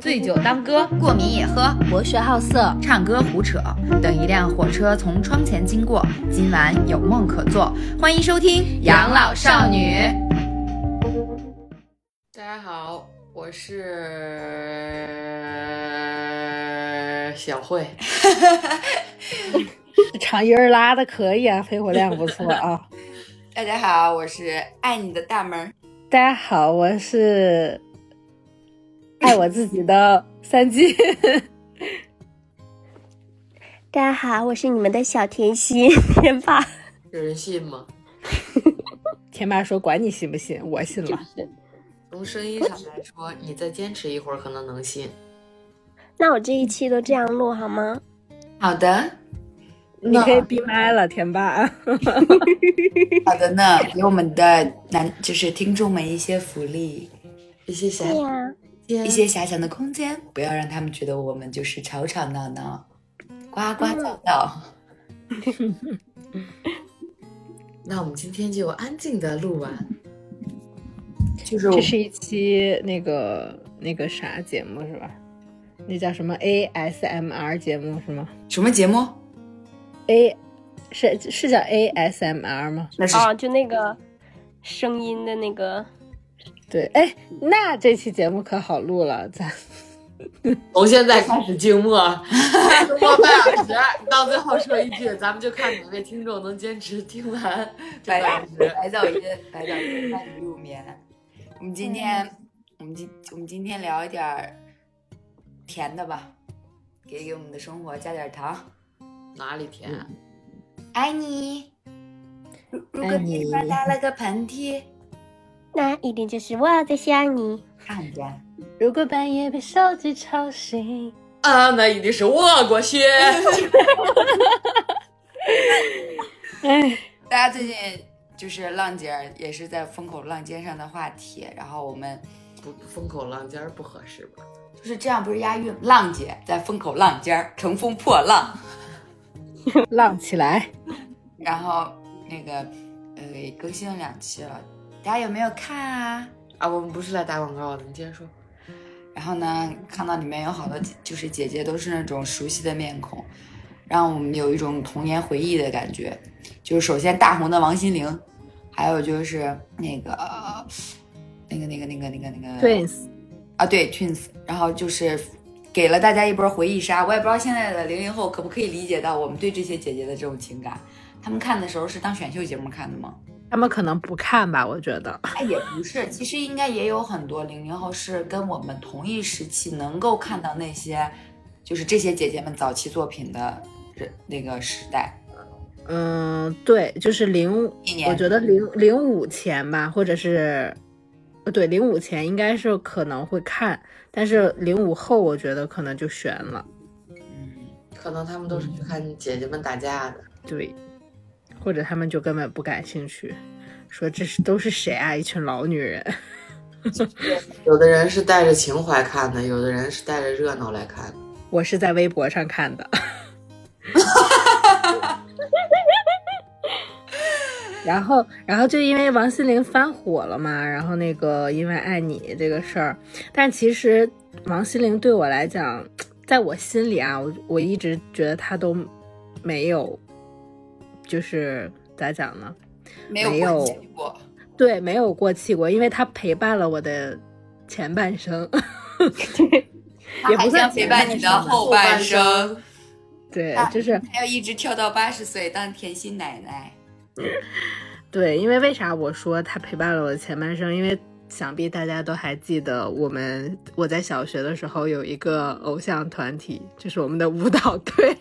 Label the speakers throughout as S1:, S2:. S1: 醉酒当歌，
S2: 过敏也喝，
S3: 博学好色，
S2: 唱歌胡扯。等一辆火车从窗前经过，今晚有梦可做。欢迎收听《养老少女》。
S1: 大家好，我是 小慧。
S4: 长音儿拉的可以啊，肺活量不错 啊。
S5: 大家好，我是爱你的大门儿。
S4: 大家好，我是爱我自己的三 金。
S6: 大家好，我是你们的小甜 心天霸。
S1: 有人信吗？
S4: 天霸说：“管你信不信，我信了。
S1: 从声音上来说，你再坚持一会儿可能能信。
S6: 那我这一期都这样录好吗？
S5: 好的，
S4: 你可以闭麦了，天 霸。
S5: 好的呢，给我们的男就是听众们一些福利，
S1: 一些遐
S6: 对呀、啊
S1: 一
S5: 一些遐想的空间，不要让他们觉得我们就是吵吵闹闹、呱呱噪噪。
S1: 那我们今天就安静的录完。
S5: 就是我
S4: 这是一期那个那个啥节目是吧？那叫什么 ASMR 节目是吗
S5: 什么节目？
S4: ？A 是是叫 ASMR 吗？
S5: 那是
S6: 哦，就那个声音的那个，
S4: 对，哎，那这期节目可好录了，咱
S1: 从现在开始静默，静默半小时，到最后说一句，咱们就看哪位听众能坚持听完这
S5: 白
S1: 半
S5: 老
S1: 小
S5: 师，
S1: 时。
S5: 白噪音，白噪音伴你入眠。我们今天，我们今我们今天聊一点儿甜的吧，给给我们的生活加点儿糖。
S1: 哪里甜？啊
S5: 爱你。如如果
S4: 爱你
S5: 对方打了个喷嚏，
S6: 那一定就是我在想你。
S5: 看见。
S4: 如果半夜被手机吵醒，
S1: 啊，那一定是我过 去。
S4: 哎，
S5: 大家最近就是浪姐儿也是在风口浪尖上的话题，然后我们
S1: 不，风口浪尖儿不合适吧？
S5: 就是这样，不是押韵？浪姐在风口浪尖儿乘风破浪，
S4: 浪起来！
S5: 然后那个呃更新了两期了，大家有没有看啊？
S1: 啊，我们不是来打广告的，你接着说。
S5: 然后呢，看到里面有好多姐就是姐姐都是那种熟悉的面孔，让我们有一种童年回忆的感觉。就是首先大红的王心凌，还有就是那个那个那个那个那个那个
S4: Twins
S5: 啊，对 Twins，然后就是给了大家一波回忆杀。我也不知道现在的零零后可不可以理解到我们对这些姐姐的这种情感。他们看的时候是当选秀节目看的吗？
S4: 他们可能不看吧，我觉得。
S5: 哎，也不是，其实应该也有很多零零后是跟我们同一时期能够看到那些，就是这些姐姐们早期作品的人那个时代。
S4: 嗯，对，就是零，
S5: 一年
S4: 我觉得零零五前吧，或者是，呃对，零五前应该是可能会看，但是零五后我觉得可能就悬了，
S5: 嗯，
S1: 可能他们都是去看姐姐们打架的。
S4: 对，或者他们就根本不感兴趣，说这是都是谁啊，一群老女人。
S1: 有的人是带着情怀看的，有的人是带着热闹来看的。
S4: 我是在微博上 看的。然后，然后就因为王心凌翻火了嘛，然后那个因为爱你这个事儿，但其实王心凌对我来讲，在我心里啊，我我一直觉得她都没有，就是咋讲呢？
S5: 没有
S4: 没
S5: 关
S4: 有
S5: 系过，
S4: 对，没有过气过，因为她陪伴了我的前 半生。也
S5: 她还
S4: 不算
S5: 将陪伴你的后半生，
S4: 对
S5: 啊，
S4: 就是
S5: 还要一直跳到八十岁当甜心奶奶。
S4: 对，因为为啥我说他陪伴了我的前半生？因为想必大家都还记得，我们我在小学的时候有一个偶像团体，就是我们的舞蹈队。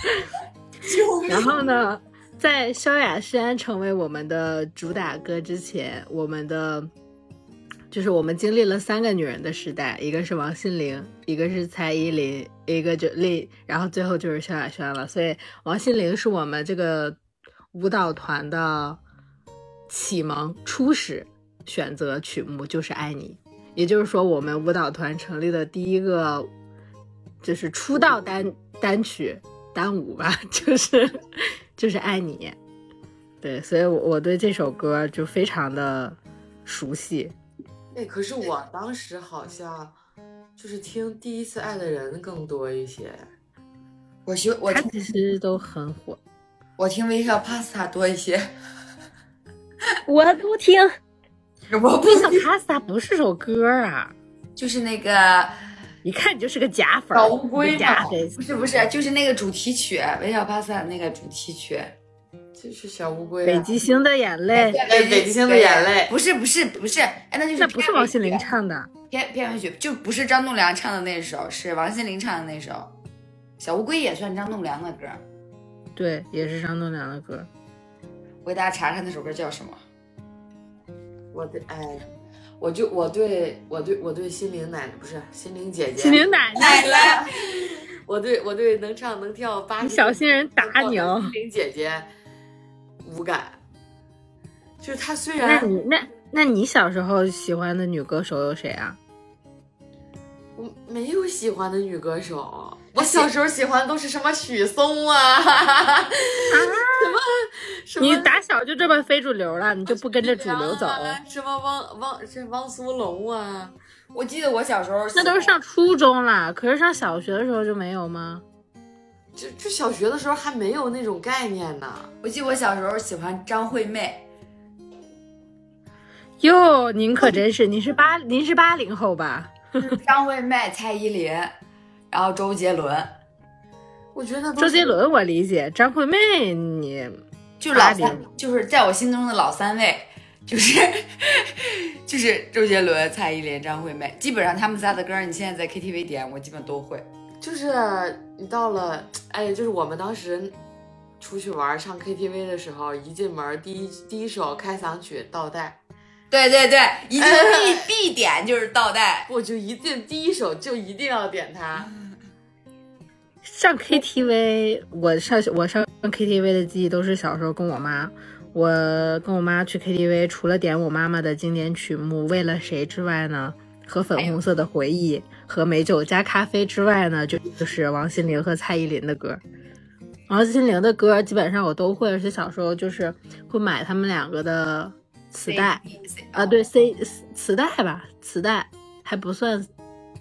S4: 然后呢，在萧亚轩成为我们的主打歌之前，我们的就是我们经历了三个女人的时代，一个是王心凌，一个是蔡依林，一个就另，然后最后就是萧亚轩了。所以王心凌是我们这个舞蹈团的启蒙初始选择曲目就是《爱你》，也就是说，我们舞蹈团成立的第一个就是出道单单曲单舞吧， 就是就是《爱你》。对，所以我我对这首歌就非常的熟悉。
S1: 哎，可是我当时好像就是听第一次爱的人更多一些。
S5: 我学我
S4: 他
S5: 听
S4: 其实都很火。
S5: 我听微笑 Pasta 多一些，
S6: 我不听，
S5: 我不
S4: 微笑 Pasta 不是首歌啊，
S5: 就是那个
S4: 一看你就是个假粉儿，
S5: 小乌龟
S4: 你个假
S5: 嘛，
S4: 粉
S5: 不是不是，就是那个主题曲微笑 Pasta 那个主题曲，
S1: 就是小乌龟、
S4: 北
S1: 啊，
S4: 极星的眼
S5: 哎
S4: 泪，
S1: 对北极星的眼泪
S5: 不是不是不是，哎，那就是
S4: 那不是
S5: 片尾
S4: 王心凌
S5: 曲
S4: 唱的，
S5: 片片尾曲就不是张栋梁唱的那首，是王心凌唱的那首。小乌龟也算张栋梁的歌，
S4: 对，也是张栋梁的歌。
S5: 我给大家查查那首歌叫什么。
S1: 我的哎，我就我对我对我对心灵奶不是心灵姐姐，
S4: 心灵奶奶，
S5: 奶奶，
S1: 我对我对能唱能跳八十，
S4: 你小心人打你哦
S1: 心灵姐姐无感，就是她虽
S5: 哎
S4: 那
S1: 然
S4: 你那那你小时候喜欢的女歌手有谁啊？
S1: 我没有喜欢的女歌手，我小时候喜欢都是什么许嵩啊，什么什么
S4: 你打小就这么非主流了，你就不跟着主流走，
S1: 啊什么汪汪这汪苏泷啊，
S5: 我记得我小时候
S4: 那都是
S5: 喜欢
S4: 上初中啦。可是上小学的时候就没有吗？
S1: 就就小学的时候还没有那种概念呢。
S5: 我记得我小时候喜欢张惠妹，
S4: 哟，您可真是，您是八您是八零后吧？
S5: 张惠妹、蔡依林，然后周杰伦，
S1: 我觉得那都
S4: 周
S1: 是
S4: 杰伦我理解，张惠妹你
S5: 就老
S4: 八
S5: 三
S4: 零，
S5: 就是在我心中的老三位，就是 就是周杰伦、蔡依林、张惠妹，基本上他们仨的歌，你现在在 KTV 点，我基本都会。
S1: 就是你到了，哎，就是我们当时出去玩儿上 KTV 的时候，一进门儿第一第一首开嗓曲倒带，
S5: 对对对，一定
S1: 哎
S5: 必必点就是倒带。
S1: 我就一进第一首就一定要点它。
S4: 上 KTV，我上我上 KTV 的记忆都是小时候跟我妈，我跟我妈去 KTV，除了点我妈妈的经典曲目《为了谁》之外呢，和《粉红色的回忆》和美酒加咖啡之外呢，就就是王心凌和蔡依林的歌。王心凌的歌基本上我都会，而且小时候就是会买他们两个的 磁带啊，对 C 磁带吧，磁带还不算，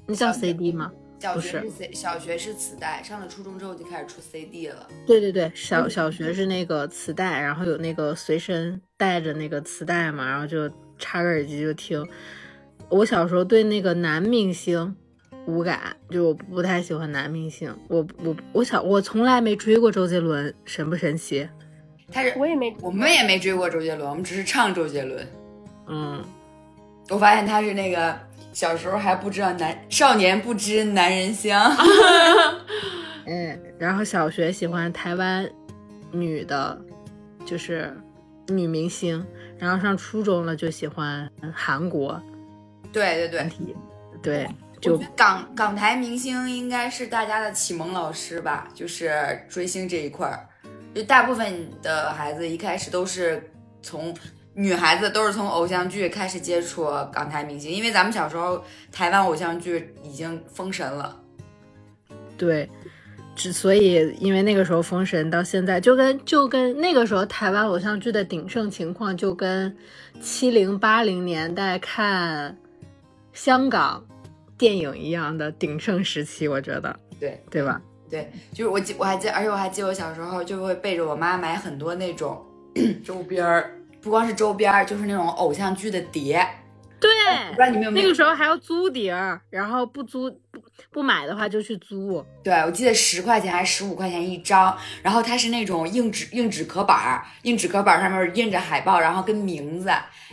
S4: 那叫 CD 吗？
S5: 小
S4: 不
S5: 学
S4: 是
S5: 是 C，小学是磁带，上了初中之后就开始出 CD 了。
S4: 对对对，小小学是那个磁带，然后有那个随身带着那个磁带嘛，然后就插个耳机就听。我小时候对那个男明星无感，就我不太喜欢男明星。我我我小我从来没追过周杰伦，神不神奇？
S5: 他是
S6: 我也没
S5: 我们也没追过周杰伦，我们只是唱周杰伦。
S4: 嗯，
S5: 我发现他是那个小时候还不知道男少年不知男人 香，
S4: 哎，然后小学喜欢台湾女的，就是女明星，然后上初中了就喜欢韩国，
S5: 对对对，
S4: 对，
S5: 我
S4: 就
S5: 觉得港港台明星应该是大家的启蒙老师吧，就是追星这一块儿，就大部分的孩子一开始都是从女孩子都是从偶像剧开始接触港台明星，因为咱们小时候台湾偶像剧已经封神了。
S4: 对，之所以因为那个时候封神到现在，就跟就跟那个时候台湾偶像剧的鼎盛情况，就跟七零八零年代看香港电影一样的鼎盛时期，我觉得，
S5: 对
S4: 对吧？
S5: 对，就是我记我还记，而且我还记得我小时候就会背着我妈买很多那种，
S1: 周边儿，
S5: 不光是周边儿，就是那种偶像剧的碟。
S4: 对，
S5: 不知道你们有没
S4: 那
S5: 有
S4: 个？时候还要租碟儿，然后不租不不买的话就去租。
S5: 对，我记得十块钱还是十五块钱一张，然后它是那种硬纸硬纸壳板儿，硬纸壳板儿上面印着海报，然后跟名字，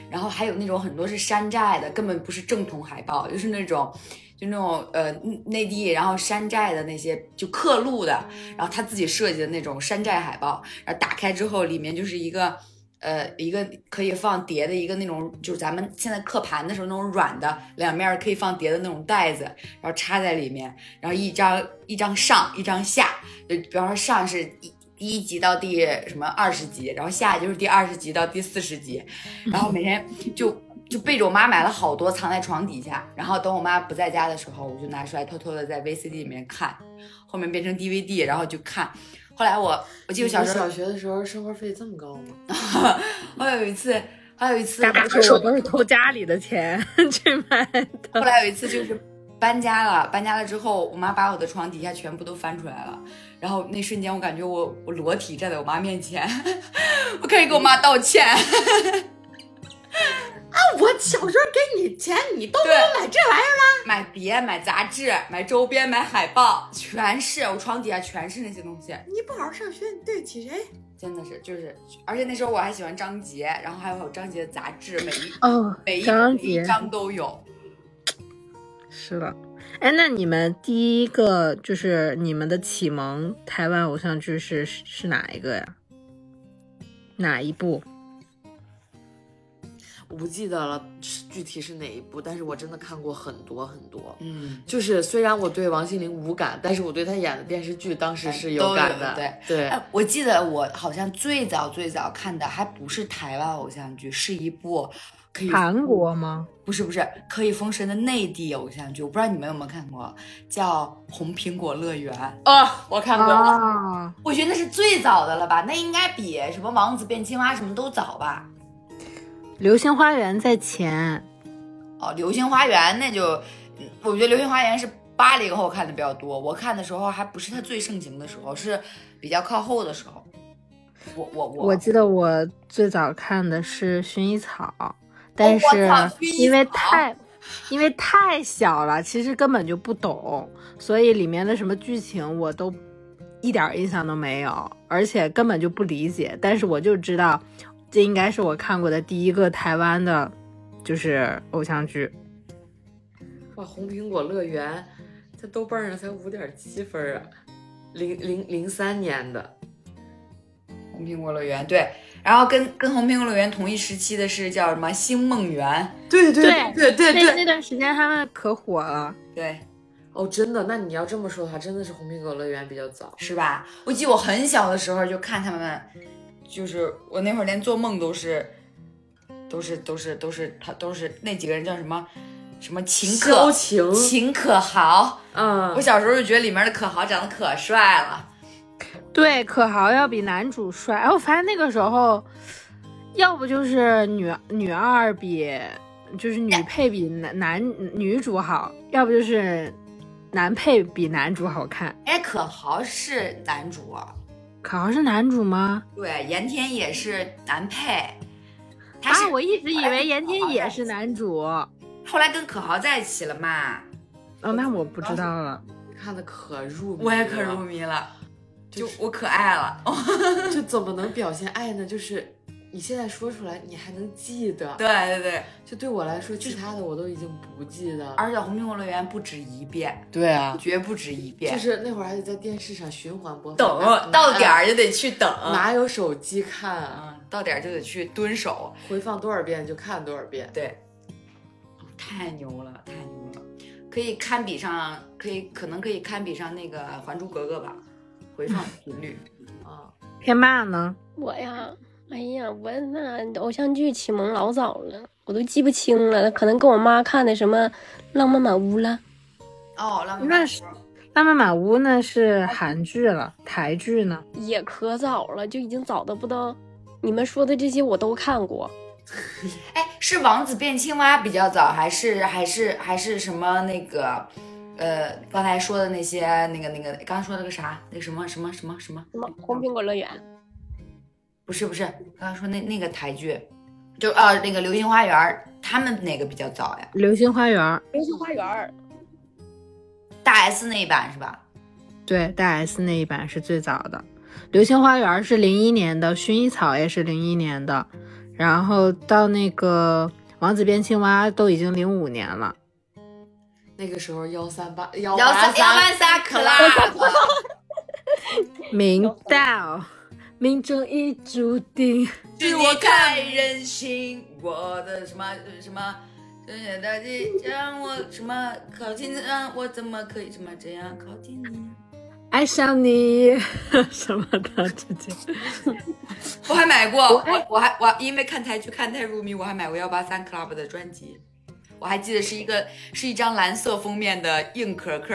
S5: 然后还有那种很多是山寨的，根本不是正统海报，就是那种。就那种呃内地，然后山寨的那些就刻录的，然后他自己设计的那种山寨海报，然后打开之后里面就是一个呃一个可以放碟的一个那种，就是咱们现在刻盘的时候那种软的，两面儿可以放碟的那种袋子，然后插在里面，然后一张一张上，一张下，就比方说上是一。第一集到第什么二十集，然后下就是第二十集到第四十 集，然后每天就就背着我妈买了好多，藏在床底下。然后等我妈不在家的时候，我就拿出来偷偷的在 VCD 里面看，后面变成 DVD，然后就看。后来我我记得
S1: 你
S5: 小
S1: 小
S5: 时候，
S1: 学的时候啊生活费这么高吗？
S5: 我有一次，还有一次，
S4: 大家说我都是偷家里的钱 去买
S5: 后
S4: 的。
S5: 来有一次就是搬家了，搬家了之后，我妈把我的床底下全部都翻出来了，然后那瞬间我感觉我我裸体站在我妈面前， 我开始给我妈道歉，
S1: 我小时候给你钱，你都
S5: 对。
S1: 买这玩意儿，
S5: 买碟、买杂志、买周边、买海报，全是我床底下全是那些东西，
S1: 你不好好上学，你对得起谁？
S5: 真的是就是，而且那时候我还喜欢张杰，然后还有张杰的杂志，每一
S4: 哦
S5: 每一
S4: 张
S5: 每一
S4: 杰
S5: 张都有。
S4: 是的。哎，那你们第一个就是你们的启蒙台湾偶像剧是是是哪一个呀？哪一部？
S1: 我不记得了是具体是哪一部，但是我真的看过很多很多。
S5: 嗯，
S1: 就是虽然我对王心凌无感，但是我对她演的电视剧当时是
S5: 都有
S1: 感哎的。
S5: 对
S1: 对、
S5: 哎，我记得我好像最早最早看的还不是台湾偶像剧，是一部可以
S4: 韩国吗？
S5: 不是不是可以封神的内地偶像剧，我不知道你们有没有看过，叫《红苹果乐园》啊，我看过。
S4: 啊，
S5: 我觉得那是最早的了吧？那应该比什么王子变青蛙什么都早吧？
S4: 《流星花园》在前。
S5: 哦，《流星花园》那就，嗯我觉得《流星花园》是八零后看的比较多。我看的时候还不是它最盛行的时候，是比较靠后的时候。我我我
S4: 我记得我最早看的是《薰衣草》，但是
S5: 我操薰衣
S4: 因为
S5: 草
S4: 太因为太小了，其实根本就不懂，所以里面的什么剧情我都一点儿印象都没有，而且根本就不理解。但是我就知道，这应该是我看过的第一个台湾的，就是偶像剧。
S1: 哇，红苹果乐园在豆瓣上才五点七分啊，零零零三年的。
S5: 红苹果乐园》对，然后跟跟《红苹果乐园》同一时期的是叫什么《星梦园
S1: 对
S6: 哎
S1: 对对
S4: 对
S1: 对
S4: 那
S1: 对
S4: 那段时间他们可火了，》，
S5: 对，
S1: 哦，真的，那你要这么说的话，真的是红苹果乐园比较早。
S5: 是吧？我记得我很小的时候就看他们，就是我那会儿连做梦都是，都是都是都是他都是那几个人叫什么什么秦
S1: 萧
S5: 可
S1: 晴，
S5: 秦可豪，
S1: 嗯
S5: 我，小时候就觉得里面的可豪长得可帅了，
S4: 对，可豪要比男主帅。哎，我发现那个时候，要不就是女女二比，就是女配比男男女主好，要不就是男配比男主好看。
S5: 哎，可豪是男主，啊
S4: 可豪是男主吗？
S5: 对，盐田也是男配，他是、
S4: 啊，我一直以为盐田也是男主。
S5: 后来跟可豪在一起了嘛，
S4: 哦，那我不知道了。
S1: 看的可入迷，
S5: 我也可入，迷了，就
S1: 就是
S5: 我可爱了，哦，
S1: 就怎么能表现爱呢？就是你现在说出来，你还能记得。
S5: 对对对，
S1: 就对我来说，其他的我都已经不记得了。
S5: 而且《红苹果乐园》不止一遍，
S1: 对啊，
S5: 绝不止一遍，
S1: 就是那会儿还得在电视上循环播放，
S5: 等
S1: 哪
S5: 到点儿就嗯得去等，
S1: 哪有手机看啊？
S5: 嗯，到点儿就得去蹲守，
S1: 回放多少遍就看多少遍。
S5: 对，太牛了，太牛了，可以堪比上，可以可能可以堪比上那个《还珠格格》吧，回放频率。
S1: 啊，
S4: 天霸呢？
S6: 我呀，哎呀，我那偶像剧启蒙老早了，我都记不清了，可能跟我妈看的什么《浪漫满屋》了。
S5: 哦，浪漫
S4: 那
S5: 满
S4: 是
S5: 屋
S4: 浪漫满屋呢是韩剧了，台剧呢？
S6: 也可早了，就已经早的不能。你们说的这些我都看过，
S5: 哎，是王子变青蛙比较早，还是还是还是什么那个，呃，刚才说的那些那个那个，刚才说的那个啥，那个什么什么什么什么，
S6: 什么《红苹果乐园》
S5: 不是不是，刚才说那那个台剧，就呃那个《流星花园》，他们哪个比较早呀？
S4: 《流星花园》
S6: 《流星花园》。
S5: 大 S 那一版是吧？
S4: 对，大 S 那一版是最早的，《流星花园》是零一年的，《薰衣草》也是零一年的，然后到那个《王子变青蛙》都已经零五年了。
S1: 那个时候幺三八幺
S5: 幺三幺
S1: 三
S5: 万三克拉，
S4: 明道，命中已注定。
S5: 是我看人心，我的什么呃什么。真的这让我什么靠近，让我怎么可以怎么这样靠近你？
S4: 爱上你 什么的，这就
S5: 我还买过，我我还我因为看台剧看太入迷，我还买过幺八三 club 的专辑，我还记得是一个是一张蓝色封面的硬壳壳，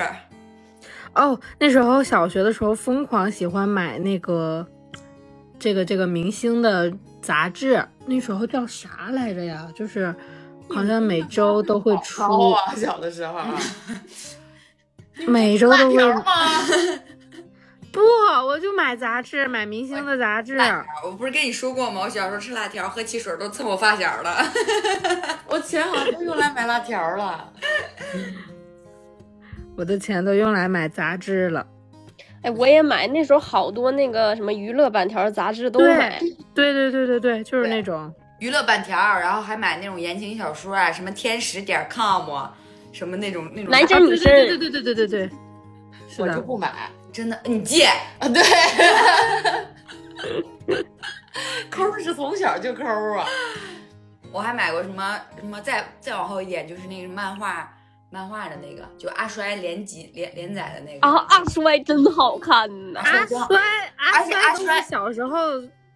S4: 哦，那时候小学的时候疯狂喜欢买那个这个这个明星的杂志，那时候叫啥来着呀？就是好像每周都会出，
S1: 高啊，小的时候啊，
S4: 每周都会
S1: 条吗？
S4: 不，我就买杂志，买明星的杂志。
S5: 辣条，我不是跟你说过吗？我小时候吃辣条、喝汽水都蹭我发小了。
S1: 我钱好像都用来买辣条了。
S4: 我的钱都用来买杂志了。
S6: 哎，我也买，那时候好多那个什么娱乐版条杂志都买。
S4: 对对对对对，就是
S5: 对
S4: 那种。
S5: 娱乐版条，然后还买那种言情小说啊，什么天使点 com，什么啊那种那种。
S6: 男
S4: 啊
S6: 生女生，
S4: 对对对对对对对对，是
S1: 我就
S4: 的，
S1: 不买
S5: 真的，你借
S1: 啊，对，抠儿是从小就抠儿啊，
S5: 我还买过什么什么再再往后一点就是那个漫画漫画的那个，就阿衰连集连连载的那个
S6: 啊，阿衰真好看呐、
S4: 阿
S5: 真好
S4: 衰阿
S5: 而且阿
S4: 都是
S5: 衰
S4: 小时候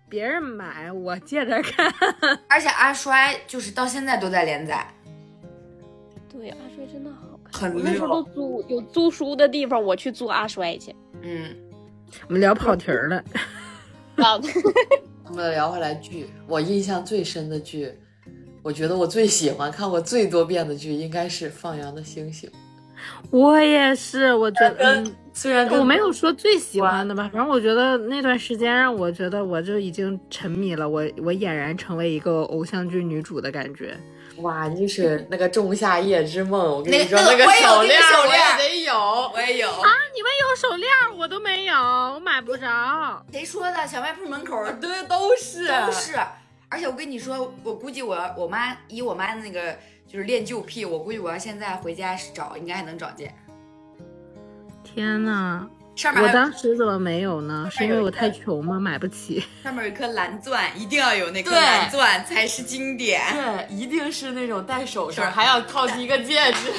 S4: 别人买，我借着看。
S5: 而且阿衰就是到现在都在连载，
S6: 对，阿衰真的好看。
S5: 很
S6: 我那时候都
S5: 溜。
S6: 租有租书的地方，我去租阿衰去。
S5: 嗯，
S4: 我们聊跑题 儿了，
S6: 啊，
S1: 我们聊回来剧，我印象最深的剧，我觉得我最喜欢、看过最多遍的剧应该是《放羊的星星》。
S4: 我也是，我觉得。嗯
S1: 虽然跟
S4: 我没有说最喜欢的吧，反正我觉得那段时间让我觉得我就已经沉迷了，我我俨然成为一个偶像剧女主的感觉。
S1: 哇，就是那个《仲夏夜之梦》，我跟
S5: 那
S1: 你
S5: 个
S1: 说，
S5: 那个
S1: 个
S5: 我也有
S1: 手
S5: 那个
S1: 链儿
S5: 手链儿
S1: 我也得有。啊
S5: 我也有。
S4: 你们有手链儿，我都没有，我买不着。
S5: 谁说的？小卖铺门口
S1: 啊对，都是
S5: 都是。而且我跟你说，我估计我我妈以我妈那个就是恋旧癖，我估计我要现在回家找，应该还能找见。
S4: 天呐，
S5: 上面
S4: 我
S5: 还有
S4: 当时怎么没有呢？是因为我太穷吗？买不起。
S5: 上面有一颗蓝钻，一定要有那颗
S1: 对
S5: 蓝钻才是经典。
S1: 对，一定是那种戴手
S5: 哎是哎
S1: 上还要套一个戒指。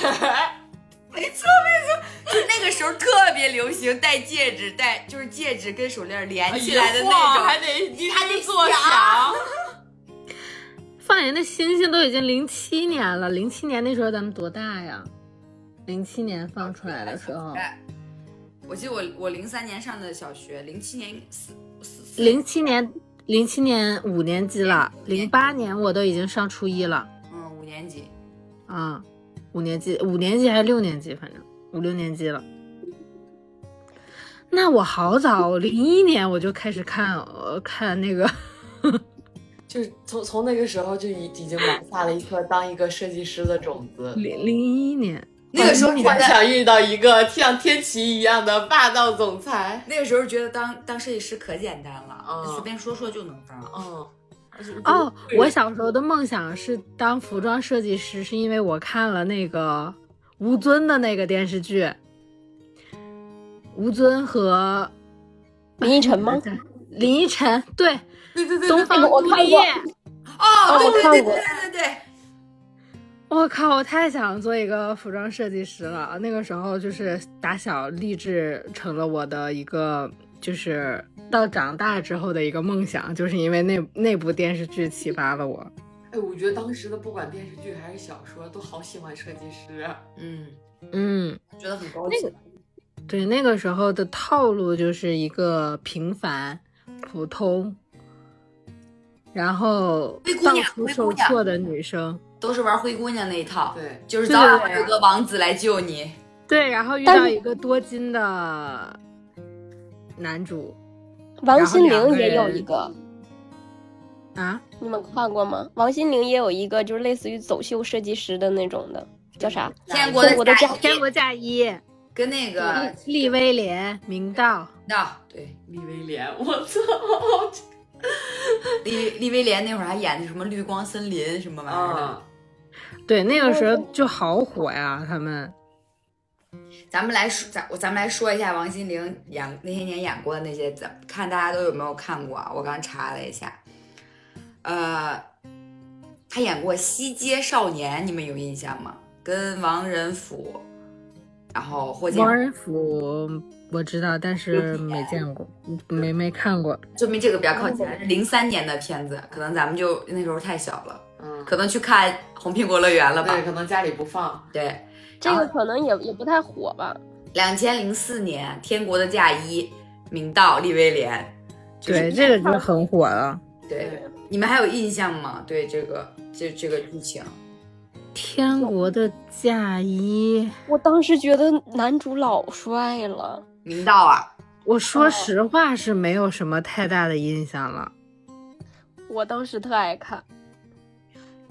S5: 没错没错，就那个时候特别流行戴戒指，戴就是戒指跟手链连起来的
S1: 一晃
S5: 那种。
S1: 还得你还得做
S5: 响
S1: 响。
S4: 放眼那星星都已经零七年了，零七年那时候咱们多大呀？零七年放出来的时候，
S5: 哎我记得我我零三年上的小学，零七年四四四
S4: 零七年零七年五年级了，零八年我都已经上初一了。
S5: 嗯五年级，
S4: 啊，五年级，五年级还是六年级，反正五六年级了。那我好早，零一年我就开始看，呃，看那个
S1: 就是从从那个时候就已已经埋下了一颗当一个设计师的种 子。
S4: 零零一年，
S5: 那个时候觉
S1: 幻
S5: 得
S1: 想遇到一个像天琪一样的霸道总裁。
S5: 那个时候觉得当当设计师可简单了，
S1: 嗯
S6: 哦
S5: 随便说说就能当。
S1: 嗯，
S4: 哦，我小时候的梦想是当服装设计师，是因为我看了那个吴尊的那个电视剧，吴尊和
S6: 林依晨吗？
S4: 林依晨， 对，
S1: 对对对
S4: 东
S1: 对，
S4: 方
S6: 那个我
S4: 朱
S6: 看
S4: 丽
S6: 过啊
S4: 叶。
S5: 哦，对
S6: 我
S5: 对
S6: 看
S5: 对对
S6: 过
S5: 对对对，
S4: 我靠！我太想做一个服装设计师了。那个时候就是打小立志成了我的一个，就是到长大之后的一个梦想，就是因为那那部电视剧启发了我。
S1: 哎，我觉得当时的不管电视剧还是小说，都好喜欢设计师。啊
S5: 嗯，
S4: 嗯，
S5: 觉得很高级。
S4: 对，那个时候的套路就是一个平凡、普通，然后
S5: 灰姑
S4: 到
S5: 娘
S4: 处
S5: 灰
S4: 受
S5: 姑娘嗯
S4: 挫的女生。
S5: 都是玩灰姑娘那一套，
S1: 对，
S5: 就是
S4: 对
S5: 早晚
S4: 对
S5: 会
S4: 对
S5: 有个王子来救你。
S4: 对，然后遇
S6: 但
S4: 到
S6: 是
S4: 一个多金的男主
S6: 王心
S4: 然后
S6: 凌
S4: 两个
S6: 也有
S4: 人
S6: 一个，
S4: 啊。
S6: 你们看过吗？王心凌也有一个，就是类似于走秀设计师的那种的，叫啥？
S5: 天国
S6: 天国的嫁
S5: 嫁
S4: 天国嫁衣，
S5: 哎跟那个
S4: 利利威廉、明道，
S5: 那对
S1: 李威廉，我操！
S5: 利利威廉那会儿还演的什么绿光森林什么玩意儿
S6: 哦
S5: 的。
S1: 啊，
S4: 对，那个时候就好火呀，他们。
S5: 咱们来说，咱我咱们来说一下王心凌演那些年演过的那些，咱看大家都有没有看过啊？我刚查了一下，呃，她演过《西街少年》，你们有印象吗？跟王仁甫，然后霍建
S4: 王仁甫我知道，但是
S5: 啊
S4: 没见过，没没看过。
S5: 说明这个比较靠前，是零三年的片子，可能咱们就那时候太小了，
S1: 嗯，
S5: 可能去看《红苹果乐园》了吧
S1: 对，？可能家里不放。
S5: 对，
S6: 这个可能也也不太火吧。
S5: 两千零四年《天国的嫁衣》，明道、利威廉，
S4: 对，这个就很火了。
S5: 对，你们还有印象吗？对这个这这个剧情，
S4: 天国的嫁衣，
S6: 我当时觉得男主老帅了，
S5: 明道啊，
S4: 我说
S6: 哦
S4: 实话是没有什么太大的印象了。
S6: 我当时特爱看。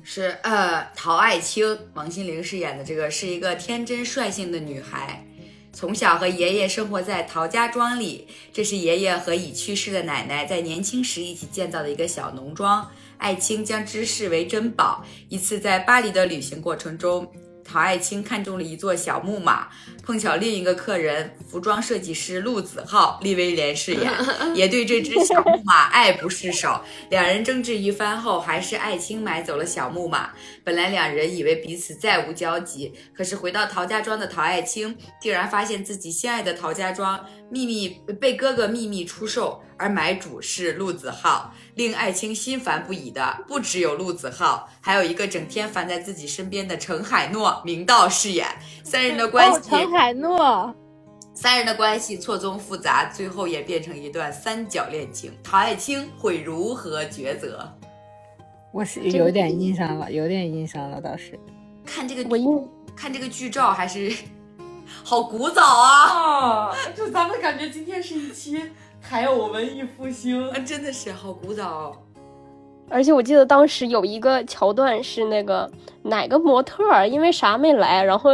S5: 是呃，陶爱卿、王心凌饰演的这个是一个天真率性的女孩，从小和爷爷生活在陶家庄里，这是爷爷和已去世的奶奶在年轻时一起建造的一个小农庄。爱卿将之视为珍宝。一次在巴黎的旅行过程中，陶爱卿看中了一座小木马，碰巧另一个客人服装设计师陆子浩（利威廉饰演）也对这只小木马 爱不释手。两人争执一番后，还是爱卿买走了小木马。本来两人以为彼此再无交集，可是回到陶家庄的陶爱卿竟然发现自己心爱的陶家庄秘密被哥哥秘密出售，而买主是陆子浩。令爱卿心烦不已的不只有陆子浩，还有一个整天烦在自己身边的程海诺，明道饰演。三人的关系
S4: 哦海诺，
S5: 三人的关系错综复杂，最后也变成一段三角恋情。陶爱卿会如何抉择？
S4: 我是有点印象了，有点印象了，倒是。
S5: 看这个
S6: 我印
S5: 看这个剧照还是 好古早啊！
S1: 啊，就咱们感觉今天是一期还有文艺复兴，
S5: 啊，真的是好古早哦、
S6: 而且我记得当时有一个桥段是那个哪个模特儿因为啥没来，然后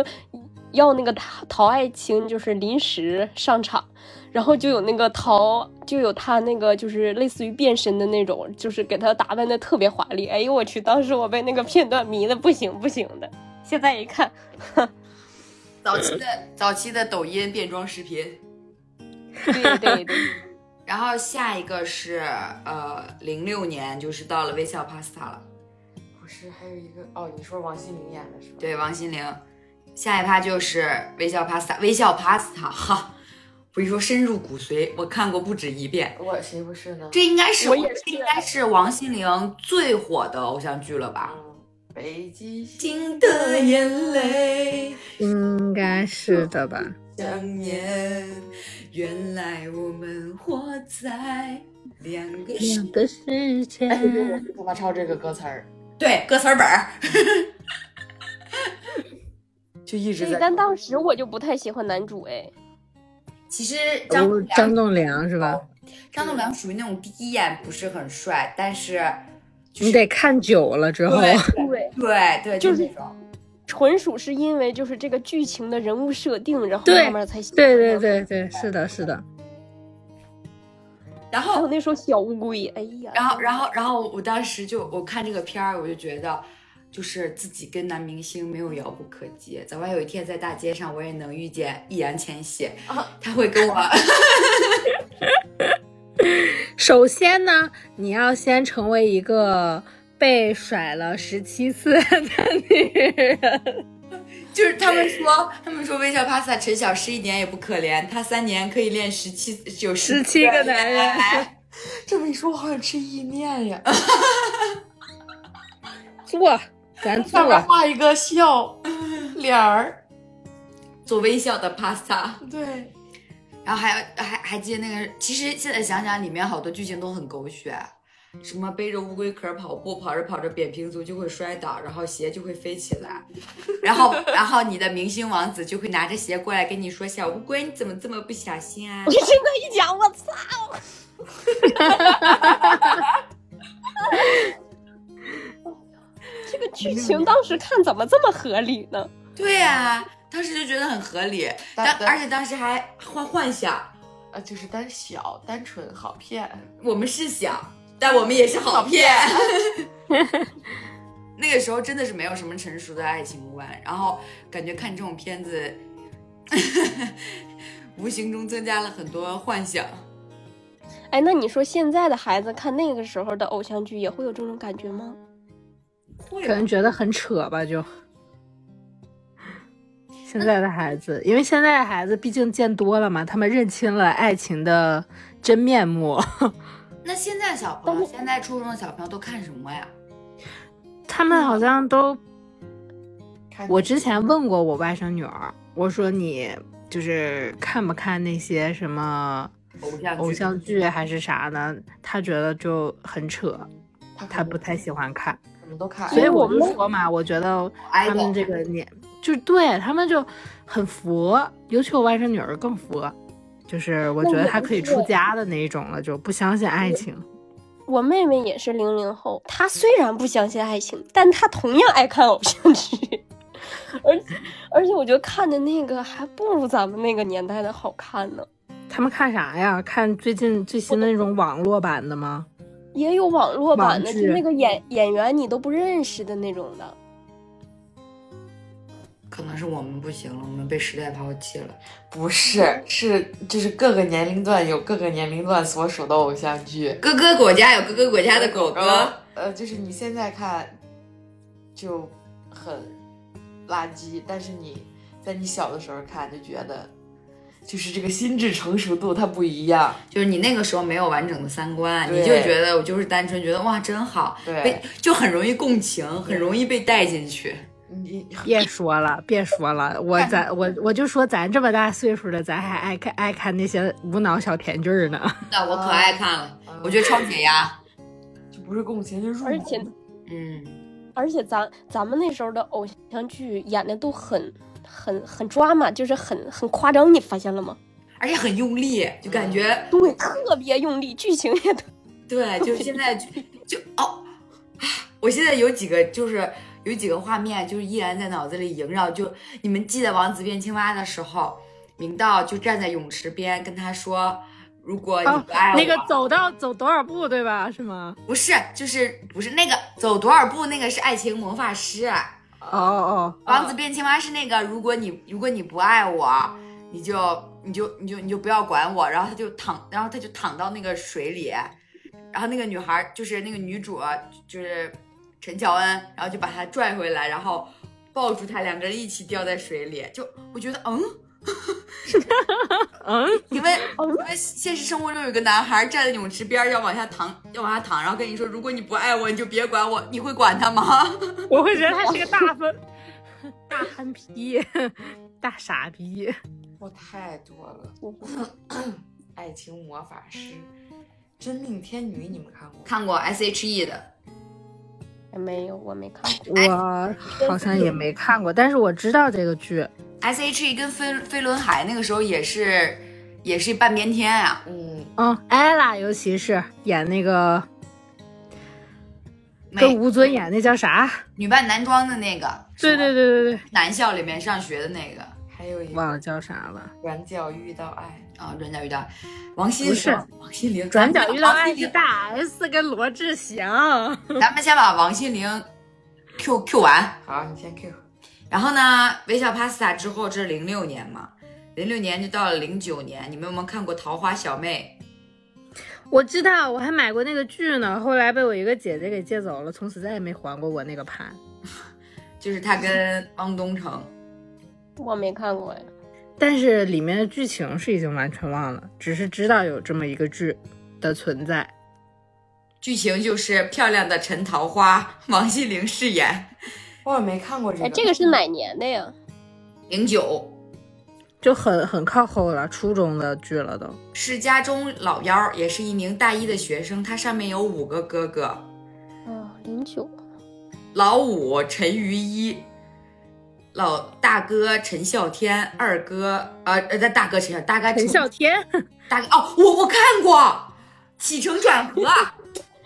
S6: 要那个陶陶爱卿就是临时上场，然后就有那个陶就有他那个就是类似于变身的那种，就是给他打扮的特别华丽。哎呦我去，当时我被那个片段迷的不行不行的，现在一看，
S5: 早期的早期的抖音变装视频。
S6: 对对对，
S5: 然后下一个是呃零六年，就是到了微笑 Pasta 了。
S1: 不是还有一个哦？你说王心凌演的是吧？
S5: 对，王心凌。下一趴就是微笑 Pasta，微笑 Pasta 哈，我跟你说深入骨髓，我看过不止一遍。
S1: 我谁不是呢？
S5: 这应该是
S6: 我也
S5: 觉得
S6: 是
S5: 应该是王心凌最火的偶像剧了吧？
S1: 嗯，北极
S5: 金
S1: 星
S5: 的眼泪，
S4: 应该是的吧？
S5: 想 念，原来我们活在两个世
S4: 两个世界，
S1: 他妈抄这个歌词儿，
S5: 对歌词本儿。
S1: 就 一直
S6: 对
S1: 在。
S6: 但当时我就不太喜欢男主哎，
S5: 其实张
S4: 哦
S5: 栋，梁
S4: 张栋梁是吧？
S5: 张栋梁属于那种第一眼不是很帅，但是
S4: 你得看久了之后，
S6: 对。
S5: 对对
S6: 就是
S5: 是那种。
S6: 纯属是因为就是这个剧情的人物设定，然后
S4: 对
S6: 慢慢才喜欢
S4: 对对
S6: 上
S4: 对对，是的，是的。
S5: 然
S6: 还有
S5: 后
S6: 那首小乌龟，哎呀，
S5: 然后然后然后我当时就我看这个片儿，我就觉得。就是自己跟男明星没有遥不可及，早晚有一天在大街上我也能遇见易烊千玺，他会跟我
S4: 首先呢，你要先成为一个被甩了十七次的女人。
S5: 就是他们说，他们说微笑 pasta 陈小诗一点也不可怜，她三年可以练十七有
S4: 十七个男人。
S1: 这么一说，我好想吃意面呀！
S4: 做，咱
S1: 上面
S4: 做。
S1: 画一个笑 脸儿，
S5: 做微笑的 pasta。
S1: 对，
S5: 然后还有还还记得那个，其实现在想想，里面好多剧情都很狗血，什么背着乌龟壳跑步，跑着跑着扁平足就会摔倒，然后鞋就会飞起来，然后然后你的明星王子就会拿着鞋过来跟你说：“小乌龟，你怎么这么不小心 啊
S6: 你真的一讲，我操！ 这个剧情当时看怎么这么合理呢？？”
S5: 对呀、当时就觉得很合理，
S1: 但
S5: 当
S1: 但
S5: 而且当时还幻幻想，
S1: 啊，就是单小、单纯、好骗。
S5: 我们是想，但我们也是好骗。 那个时候真的是没有什么成熟的爱情观，然后感觉看这种片子， 无形中增加了很多幻想。
S6: 哎，那你说现在的孩子看那个时候的偶像剧，也会有这种感觉吗？
S5: 会
S4: 可
S5: 吧
S4: 能觉得很扯吧，就。现在的孩子，因为现在的孩子毕竟见多了嘛，他们认清了爱情的真面目。
S5: 那现在小朋友，现在初中的小朋友都看什么呀？
S4: 他们好像都
S1: 看
S4: 我之前问过我外甥女儿，我说你就是看不看那些什么
S5: 偶像剧
S4: 偶像剧还是啥呢？她觉得就很扯，
S1: 他
S4: 她不太喜欢看。
S1: 欢。
S5: 们都看，
S4: 所以
S6: 哎
S4: 哦我
S6: 我
S4: 就
S6: 们
S4: 说嘛，我觉得
S5: 挨
S4: 他们这个年就对他们就很佛，尤其我外甥女儿更佛，就是我觉得她可以出家的那一种了，就不相信爱情。
S6: 我妹妹也是零零后，她虽然不相信爱情，但她同样爱看偶像剧，而而且我觉得看的那个还不如咱们那个年代的好看呢。
S4: 他们看啥呀？看最近最新的那种网络版的吗？
S6: 也有网络版
S4: 网
S6: 的，就
S4: 剧
S6: 那个演演员你都不认识的那种的。
S5: 可能是我们不行了，我们被时代抛弃了。
S1: 不是，是就是各个年龄段有各个年龄段所属的偶像剧。
S5: 哥哥国家有哥哥国家的狗哥，
S1: 呃，就是你现在看就很垃圾，但是你在你小的时候看就觉得，就是这个心智成熟度它不一样。
S5: 就是你那个时候没有完整的三观，
S1: 对
S5: 你就觉得我就是单纯觉得哇真好，
S1: 对
S5: 被就很容易共情，很容易被带进去。
S1: 你
S4: 别说了，别说了，我咱我我就说咱这么大岁数的，咱还爱看爱看那些无脑小甜剧儿呢。
S5: 那我可爱看了，
S1: 啊
S5: 我觉得超解压。
S1: 就不是共情，就是入
S6: 而
S1: 骨
S6: 且
S5: 嗯，
S6: 而且咱咱们那时候的偶像剧演的都很很很抓马，就是很很夸张，你发现了吗？
S5: 而且很用力，就感觉、
S6: 对，特别用力，剧情也特
S5: 对，就是现在就就哦，啊我现在有几个就是有几个画面，就是依然在脑子里萦绕。就你们记得王子变青蛙的时候，明道就站在泳池边跟他说：“如果你
S4: 哦
S5: 不爱我，
S4: 那个走到走多少步，对吧？是吗？
S5: 不是就是不是那个走多少步，那个是爱情魔法师。”啊
S4: 哦哦
S5: 王子变青蛙是那个，如果你如果你不爱我，你就你就你就你就不要管我。然后他就躺，然后他就躺到那个水里，然后那个女孩儿就是那个女主啊，就是陈乔恩，然后就把他拽回来，然后抱住他，两个人一起掉在水里。就我觉得，嗯，
S4: 哦，嗯，
S5: 因为因为现实生活中有个男孩站在泳池边儿要往下躺，要往下躺，然后跟你说，如果你不爱我，你就别管我，你会管他吗？
S4: 我会觉得他是个大分大憨批， 大傻逼。
S1: 我太多了。爱情魔法师、真命天女，你们看过吗？
S5: 看过 S H E 的，
S6: 没有，我没看过。
S4: 我哎好像也没看过，但是我知道这个剧。
S5: S.H.E E 跟飞飞轮海那个时候也是，也是半边天啊。
S1: 嗯，
S4: 嗯，艾拉尤其是演那个跟
S5: 美
S4: 吴尊演那叫啥？
S5: 女扮男装的那个，
S4: 对对对对对，
S5: 男校里面上学的那个
S1: 还有一
S4: 忘
S1: 个
S4: 了叫啥了。
S1: 软脚遇到爱，
S5: 啊，转角遇到王心
S4: 不是
S5: 凌，王心凌，
S4: 转角遇到爱
S5: 王心
S4: 是
S5: 凌。
S4: 大 S 跟罗志祥。
S5: 咱们先把王心凌 Q Q 完，
S1: 好，你先 Q。
S5: 然后呢，微笑 Pasta 之后，这是零六年嘛，零六年就到了零九年，你们有没有看过《桃花小妹
S4: 我知道，我还买过那个剧呢，后来被我一个姐姐给借走了，从此再也没还过我那个盘。》？
S5: 就是她跟汪东城，
S6: 我没看过呀。
S4: 但是里面的剧情是已经完全忘了，只是知道有这么一个剧的存在。
S5: 剧情就是漂亮的陈桃花，王心凌饰演
S1: 我也哦没看过这
S6: 哎，
S1: 个。
S6: 这个是哪年的呀？
S5: 零九。
S4: 就很很靠后了，初中的剧了都。
S5: 是家中老幺儿，也是一名大一的学生，他上面有五个哥哥：
S6: 啊，零九。
S5: 老五陈于一，老大哥陈孝天，二哥呃呃大哥陈孝大哥
S4: 陈孝天，
S5: 大哥哦，我我看过《起承转合》，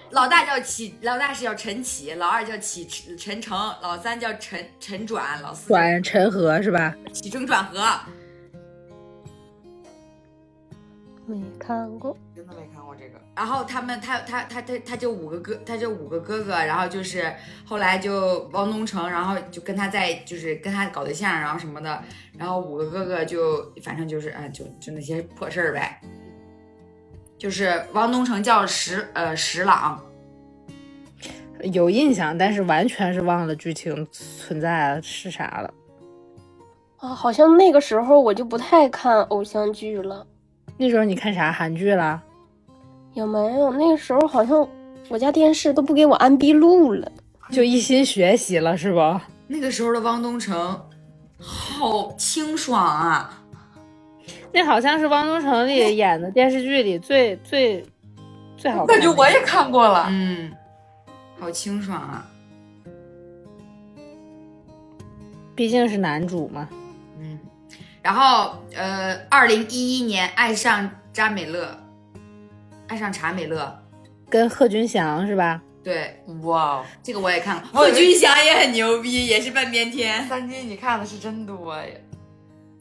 S5: 老大叫起，老大是叫陈起，老二叫起陈成，老三叫陈陈转，老四
S4: 管陈和是吧？
S5: 起承转合。
S6: 没看过，
S1: 真的没看过这个。
S5: 然后他们他他他他他就五个哥，他就五个哥哥，然后就是后来就汪东城，然后就跟他在就是跟他搞对象，然后什么的，然后五个哥哥就反正就是啊、就就那些破事儿呗。就是汪东城叫石呃石朗，
S4: 有印象，但是完全是忘了剧情存在是啥了。
S6: 啊，好像那个时候我就不太看偶像剧了，
S4: 那时候你看啥韩剧了？
S6: 也没有。那个时候好像我家电视都不给我安闭路了。
S4: 就一心学习了是不？
S5: 那个时候的汪东城好清爽啊，
S4: 那好像是汪东城里演的电视剧里最最最好看的。
S1: 感觉我也看过了。
S5: 嗯，好清爽啊。
S4: 毕竟是男主嘛。
S5: 嗯，然后呃，二零一一年爱上扎美乐，爱上查美乐，
S4: 跟贺军翔是吧？
S5: 对，
S4: 嗯
S1: 哇哦，
S5: 这个我也看过。
S1: 我以
S5: 贺
S1: 为
S5: 军翔也很牛逼，也是半边天。
S1: 三金你看的是真多哎呀！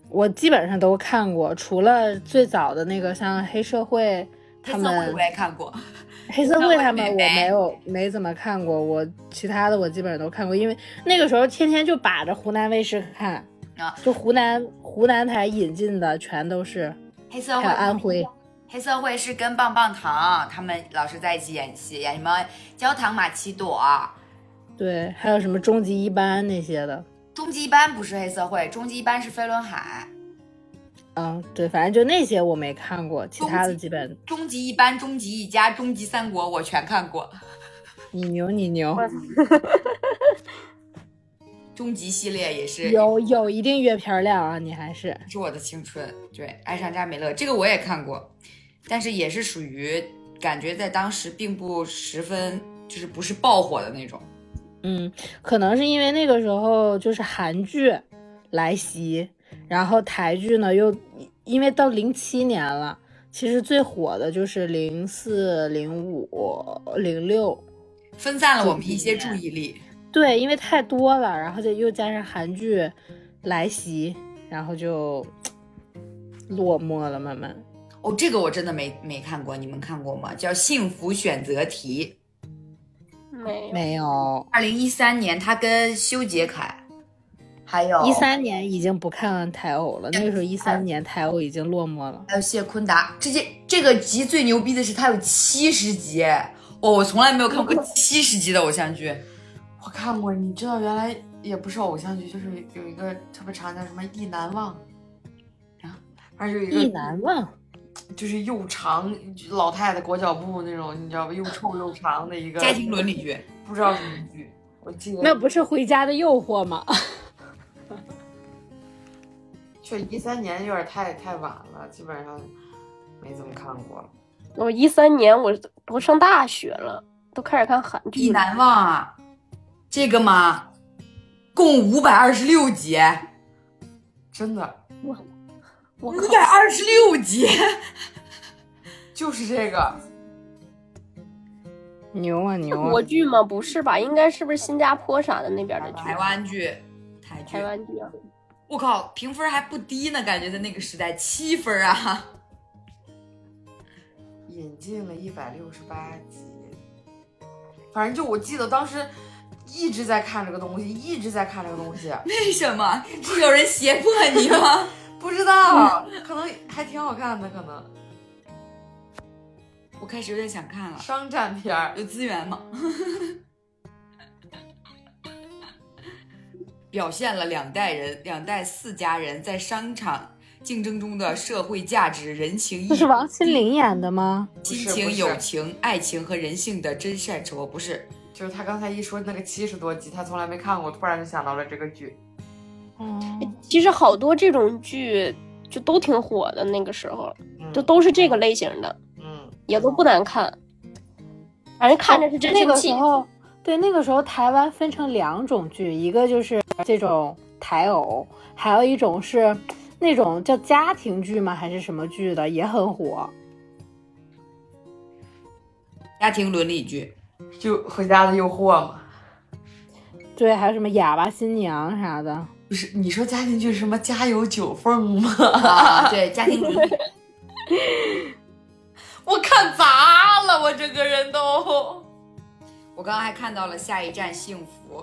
S4: 我基本上都看过，除了最早的那个像黑社会他
S5: 黑涩
S4: 们
S5: 会我也看过，
S4: 黑社会他们
S5: 黑社会美
S4: 我
S5: 眉
S4: 没有没怎么看过，我其他的我基本上都看过，因为那个时候天天就把着湖南卫视看
S5: 啊，
S4: 就湖南湖南台引进的全都是，
S5: 黑社
S4: 还
S5: 会
S4: 有安徽。
S5: 黑社会是跟棒棒糖他们老是在一起演戏，演什么焦糖玛奇朵、啊
S4: 对，还有什么终极一班那些的，
S5: 终极一班不是黑社会，终极一班是飞轮海，
S4: 嗯，对，反正就那些我没看过，其他的
S5: 终极
S4: 基本
S5: 终极一班、终极一家、终极三国我全看过，
S4: 你牛你牛，
S5: 终极系列也是
S4: 有有一定阅片量啊，你还是
S5: 是我的青春，对，爱上加美乐这个我也看过，但是也是属于感觉在当时并不十分，就是不是爆火的那种。
S4: 嗯，可能是因为那个时候就是韩剧来袭，然后台剧呢又因为到零七年了，其实最火的就是零四、零五、零六，
S5: 分散了我们一些注意力，
S4: 对，因为太多了，然后再又加上韩剧来袭，然后就落寞了，慢慢。
S5: 哦，这个我真的没没看过，你们看过吗？叫《幸福选择题》。
S6: 没有
S4: 没有，
S5: 二零一三年，他跟修杰楷，还有
S4: 一三年已经不看台偶了，那个时候一三年台偶已经落寞了。
S5: 还有谢坤达，这些这个集最牛逼的是它有七十集，哦，我从来没有看过七十集的偶像剧。
S1: 我看过，你知道原来也不是偶像剧，就是有一个特别长叫什么《意难忘》
S5: 啊，
S1: 还有一个
S4: 意难忘，
S1: 就是又长老太太裹脚布那种，你知道吧？又臭又长的一个
S5: 家庭伦理剧，
S1: 不知道什么剧，我记得
S4: 那不是《回家的诱惑》吗？
S1: 确一三年有点太太晚了，基本上没怎么看过。
S6: 我一三年我我上大学了，都开始看韩
S5: 意
S6: 剧了。
S5: 难忘啊，这个嘛，共五百二十六集，五
S1: 真的
S6: 我靠，
S5: 百二十六集，
S1: 就是这个，
S4: 牛啊牛 啊！
S6: 国剧吗？不是吧？应该是不是新加坡啥的那边的剧？
S5: 台湾剧，台剧
S6: 台，湾剧啊，
S5: 我靠，评分还不低呢，感觉在那个时代七分啊。
S1: 引进了一百六十八集，反正就我记得当时一直在看这个东西，一直在看这个东西，
S5: 为什么是有人胁迫你吗？
S1: 不知道，可能还挺好看的，可能
S5: 我开始有点想看了，
S1: 商战片儿。
S5: 有资源吗？ 表现了两代人、两代四家人在商场竞争中的社会价值、人情义
S4: 这是王心凌演的吗？
S5: 亲
S1: 不是不
S5: 情、
S1: 是
S5: 友情、爱情和人性的真善丑，不是
S1: 就是他刚才一说那个七十多集，他从来没看过，突然就想到了这个剧。
S6: 其实好多这种剧就都挺火的，那个时候
S1: 嗯
S6: 就都是这个类型的，
S1: 嗯，
S6: 也都不难看，反正 看着是真
S4: 哦那
S6: 生
S4: 个时
S6: 气。
S4: 候，对，那个时候台湾分成两种剧，一个就是这种台偶，还有一种是那种叫家庭剧吗？还是什么剧的，也很火。
S5: 家庭伦理 剧。
S1: 就《回家的诱惑》嘛。
S4: 对，还有什么哑巴新娘啥的。
S1: 不是，你说家庭剧是什么《家有九凤》吗？
S5: 啊，对，家庭伦 理。
S1: 我看砸了，我整个人都。
S5: 我刚刚还看到了《下一站幸福》，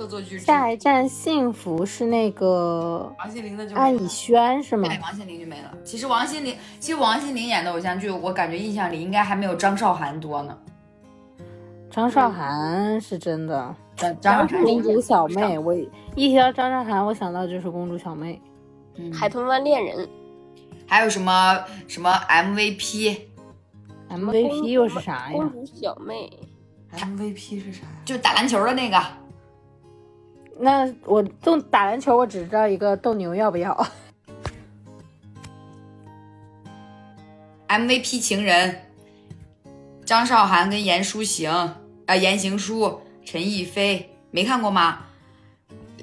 S5: 恶作剧之
S4: 下
S6: 嗯
S4: 一站幸福是那个
S1: 王心凌的就
S6: 哎
S4: 安以轩是吗？
S5: 对，哎王心凌就没了。其实王心凌，其实王心凌演的偶像剧，我感觉印象里应该还没有张韶涵多呢。
S4: 张韶涵是真的。
S5: 张张韶涵
S4: 公主小妹，，我一提到张韶涵，我想到就是公主小妹。
S5: 嗯
S6: 海豚湾恋人
S5: 还有什么什么 MVP，
S4: MVP 又是啥
S6: 公
S4: 呀？
S6: 主小妹，
S1: MVP 是啥 呀？
S5: 就打篮球的那个。
S4: 那我动打篮球，我只知道一个斗牛要不要？
S5: MVP 情人，张韶涵跟严书行，呃，严行书、陈逸飞，没看过吗？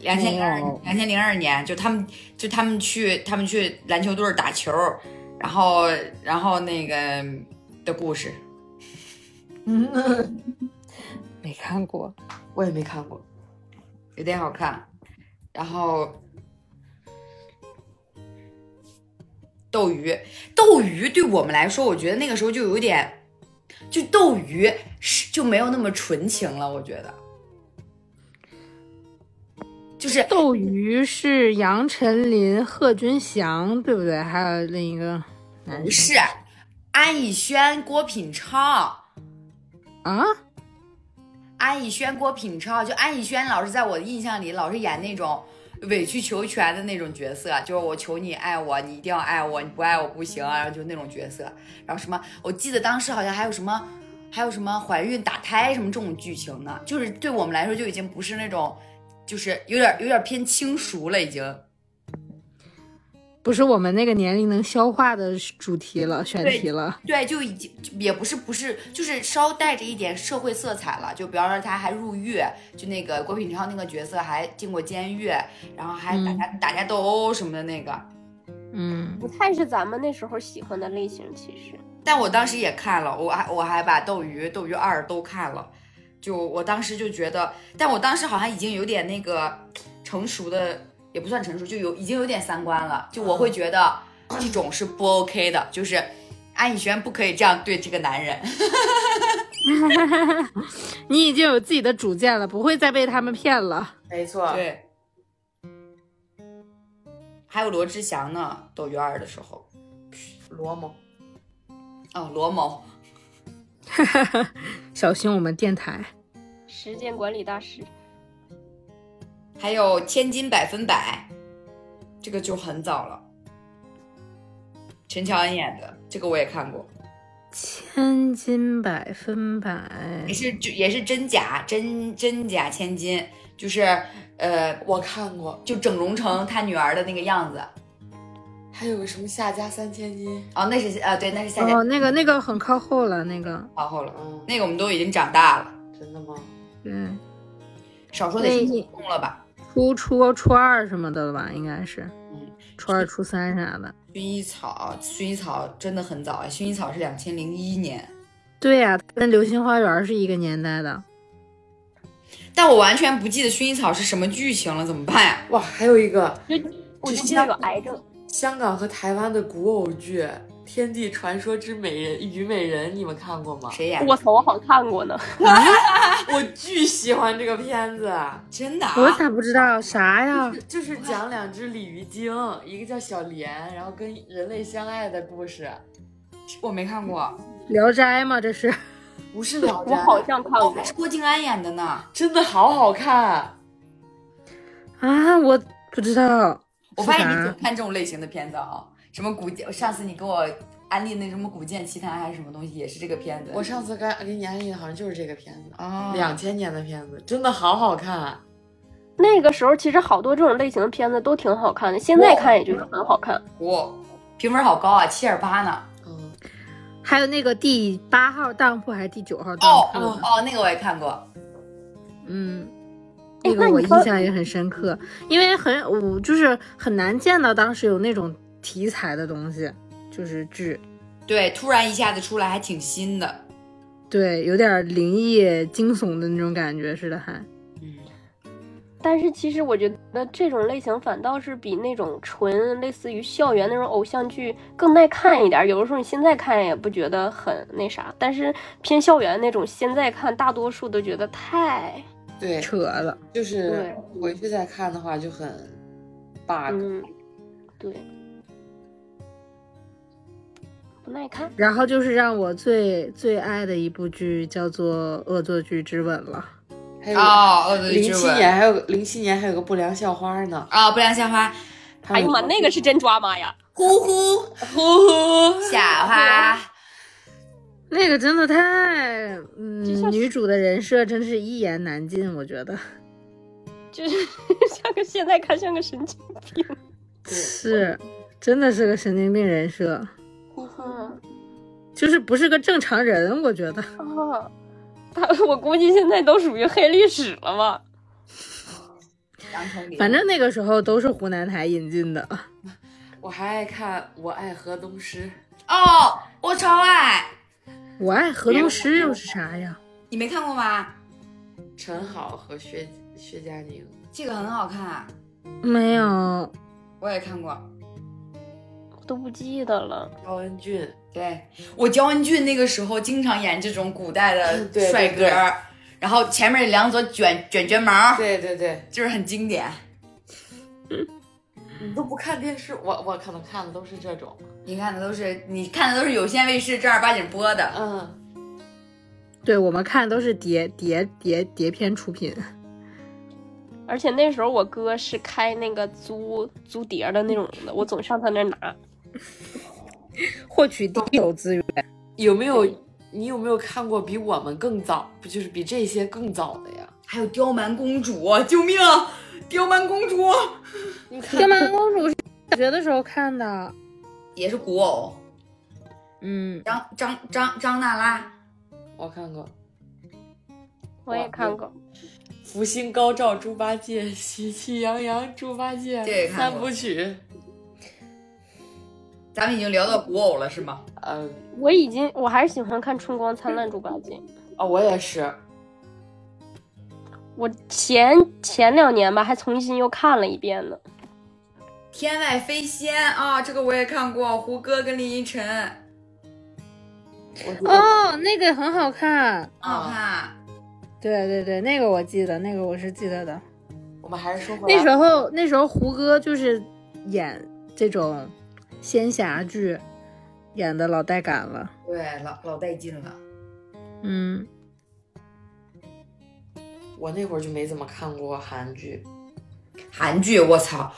S5: 两千零二
S4: 哦
S5: 两千零二年，就他们就他们去他们去篮球队儿打球儿，然后然后那个的故事，
S3: 没看过。
S1: 我也没看过。
S5: 有点好看。然后斗鱼，斗鱼对我们来说，我觉得那个时候就有点，就斗鱼是就没有那么纯情了，我觉得。就是
S4: 斗鱼是杨丞琳、贺军翔，对不对？还有另一个男
S5: 不是安以轩、郭品超，
S4: 啊，
S5: 安以轩、郭品超，就安以轩老是在我的印象里老是演那种委曲求全的那种角色，就是我求你爱我，你一定要爱我，你不爱我不行啊，然后就那种角色。然后什么，我记得当时好像还有什么，还有什么怀孕打胎什么这种剧情呢，就是对我们来说就已经不是那种，就是有点有点偏轻熟了已经。
S4: 不是我们那个年龄能消化的主题了，选
S5: 对
S4: 题了。
S5: 对，就已经就也不是不是，就是稍带着一点社会色彩了。就比方说他还入狱，就那个郭品超那个角色还进过监狱，然后还打架、打架斗殴什么的那个。
S4: 嗯，
S6: 不太是咱们那时候喜欢的类型，其实。
S5: 但我当时也看了，我还我还把《斗鱼》《斗鱼二》都看了。就我当时就觉得，但我当时好像已经有点那个成熟的，也不算成熟，就有已经有点三观了。就我会觉得这种是不 OK 的，就是安以轩不可以这样对这个男人。
S4: 你已经有自己的主见了，不会再被他们骗了。
S1: 没错，
S5: 对，还有罗志祥呢，斗鱼二的时候，
S1: 罗某
S5: 哦，罗某，
S4: 小心我们电台。
S6: 时间管理大师，
S5: 还有千金百分百，这个就很早了，陈乔恩演的，这个我也看过，
S4: 千金百分百
S5: 也是就也是真假真真假千金，就是呃，
S1: 我看过，
S5: 就整容成他女儿的那个样子。
S1: 还有个什么下家三千金，
S5: 哦，那是呃，对，那是下家
S4: 哦，那个那个很靠后了，那个
S5: 皇后了，
S1: 嗯，
S5: 那个我们都已经长大了，
S1: 真的吗？
S4: 对，
S5: 少说得
S4: 对
S5: 初中了吧？
S4: 初初初二什么的了吧，应该是，
S5: 嗯，
S4: 初二初三啥的。
S5: 薰衣草，薰衣草真的很早啊，薰衣草是两千零一年，
S4: 对呀、跟《流星花园》是一个年代的。
S5: 但我完全不记得薰衣草是什么剧情了，怎么办呀？
S1: 哇，还有一个
S6: 我就记得有癌症。
S1: 香港和台湾的古偶剧《天地传说之美人虞美人》，你们看过吗？
S5: 谁演？
S6: 我操，我好像看过呢。
S1: 我巨喜欢这个片子，
S5: 真的、啊？
S4: 我咋不知道啥呀？
S1: 就是讲两只鲤鱼精，一个叫小莲，然后跟人类相爱的故事，
S5: 我没看过，
S4: 聊斋吗？这是
S1: 不是
S4: 啊
S1: 聊
S6: 我
S1: 斋，
S6: 好像看
S5: 哦，
S6: 过
S5: 还，是郭靖安演的呢。
S1: 真的好好看。
S4: 啊，我不知道。
S5: 我发现你
S4: 是啥
S5: 总看这种类型的片子啊，什么古剑，上次你给我安利那什么古剑奇谭还是什么东西，也是这个片子。
S1: 我上次跟给你安利的好像就是这个片子，
S5: 啊，
S1: 两千年的片子，真的好好看。
S6: 那个时候其实好多这种类型的片子都挺好看的，现在看也就是很好看。
S5: 我评分好高啊，七点八呢。
S1: 嗯，
S4: 还有那个第八号当铺还是第九号当
S5: 哦
S4: 铺？
S5: 哦哦，那个我也看过。
S4: 嗯，
S6: 哎
S4: 那个
S6: 那
S4: 我
S6: 你
S4: 印
S6: 说
S4: 象也很深刻，因为很我就是很难见到当时有那种题材的东西，就是剧，
S5: 对，突然一下子出来，还挺新的。
S4: 对，有点灵异惊悚的那种感觉似的还，
S5: 嗯，
S6: 但是其实我觉得这种类型反倒是比那种纯类似于校园那种偶像剧更耐看一点。有的时候你现在看也不觉得很那啥，但是偏校园那种现在看大多数都觉得太
S1: 对，
S4: 扯了。
S1: 就是
S6: 对
S1: 回去再看的话就很 bug。
S6: 嗯，对，不耐看。
S4: 然后就是让我最最爱的一部剧叫做《恶作剧之吻》了，
S1: 还有
S5: 哦，恶作剧
S1: 零
S5: 之
S1: 七
S5: 吻
S1: 年还有零七年还有个不良校花呢。
S5: 啊，不良校花，
S1: 他
S6: 哎
S1: 们
S6: 呀妈，那个是真抓马呀！
S5: 呼呼
S1: 呼呼，
S5: 夏花。
S4: 那个真的太，
S6: 就
S4: 嗯，
S6: 像是
S4: 女主的人设真是一言难尽，我觉得
S6: 就是 像个现在看像个神经病。
S4: 是，真的是个神经病人设，
S6: 嗯
S4: 就是不是个正常人，我觉得。
S6: 啊，他我估计现在都属于黑历史了吧？
S5: 杨丞琳。
S4: 反正那个时候都是湖南台引进的。
S1: 我还爱看《我爱河东狮
S5: 哦，我超爱，
S4: 我爱河东狮又是啥呀？
S5: 你没看过吗？》，
S1: 陈好和薛薛佳凝。
S5: 这个很好看，
S4: 没有，
S5: 我也看过。
S6: 我都不记得了。
S1: 高恩俊，
S5: 对我焦恩俊那个时候经常演这种古代 的
S1: 对对
S5: 帅哥
S1: 对，
S5: 然后前面两撮卷卷卷毛，
S1: 对对对，
S5: 就是很经典。
S6: 嗯
S1: 你都不看电视，我我可能看的都是这种，
S5: 你看的都是你看的都是有线卫视正儿八经播的，
S1: 嗯，
S4: 对我们看都是碟碟碟碟片出品。
S6: 而且那时候我哥是开那个租租碟的那种的，我总上他那儿拿。
S4: 获取第有资源。
S1: 有没有你有没有看过比我们更早，不就是比这些更早的呀？
S5: 还有刁蛮公主，救命！啊刁蛮公主
S1: 你看
S4: 干嘛公主是小学的时候看的，
S5: 也是古偶，
S4: 嗯，
S5: 张张张张娜拉，
S1: 我看过
S6: 我也看过，
S1: 《福星高照猪八戒》《喜气洋洋猪八戒
S5: 这》个看
S1: 三
S5: 过
S1: 部曲，
S5: 咱们已经聊到古偶了是吗？
S1: 嗯，
S6: 我已经我还是喜欢看《春光灿烂猪八戒》。
S1: 哦，我也是，
S6: 我前前两年吧，还重新又看了一遍呢。
S5: 天外飞仙啊，这个我也看过，胡歌跟林依晨，啊
S1: 我觉得
S4: 哦，那个很好看。
S5: 很好看。
S4: 对对对，那个我记得，那个我是记得的。
S1: 我们还是说回
S4: 那
S1: 来
S4: 时候那时候胡歌就是演这种仙侠剧，演的老带感了。
S5: 对，老老带劲了。
S4: 嗯，
S1: 我那会儿就没怎么看过韩剧，
S5: 韩剧，我操！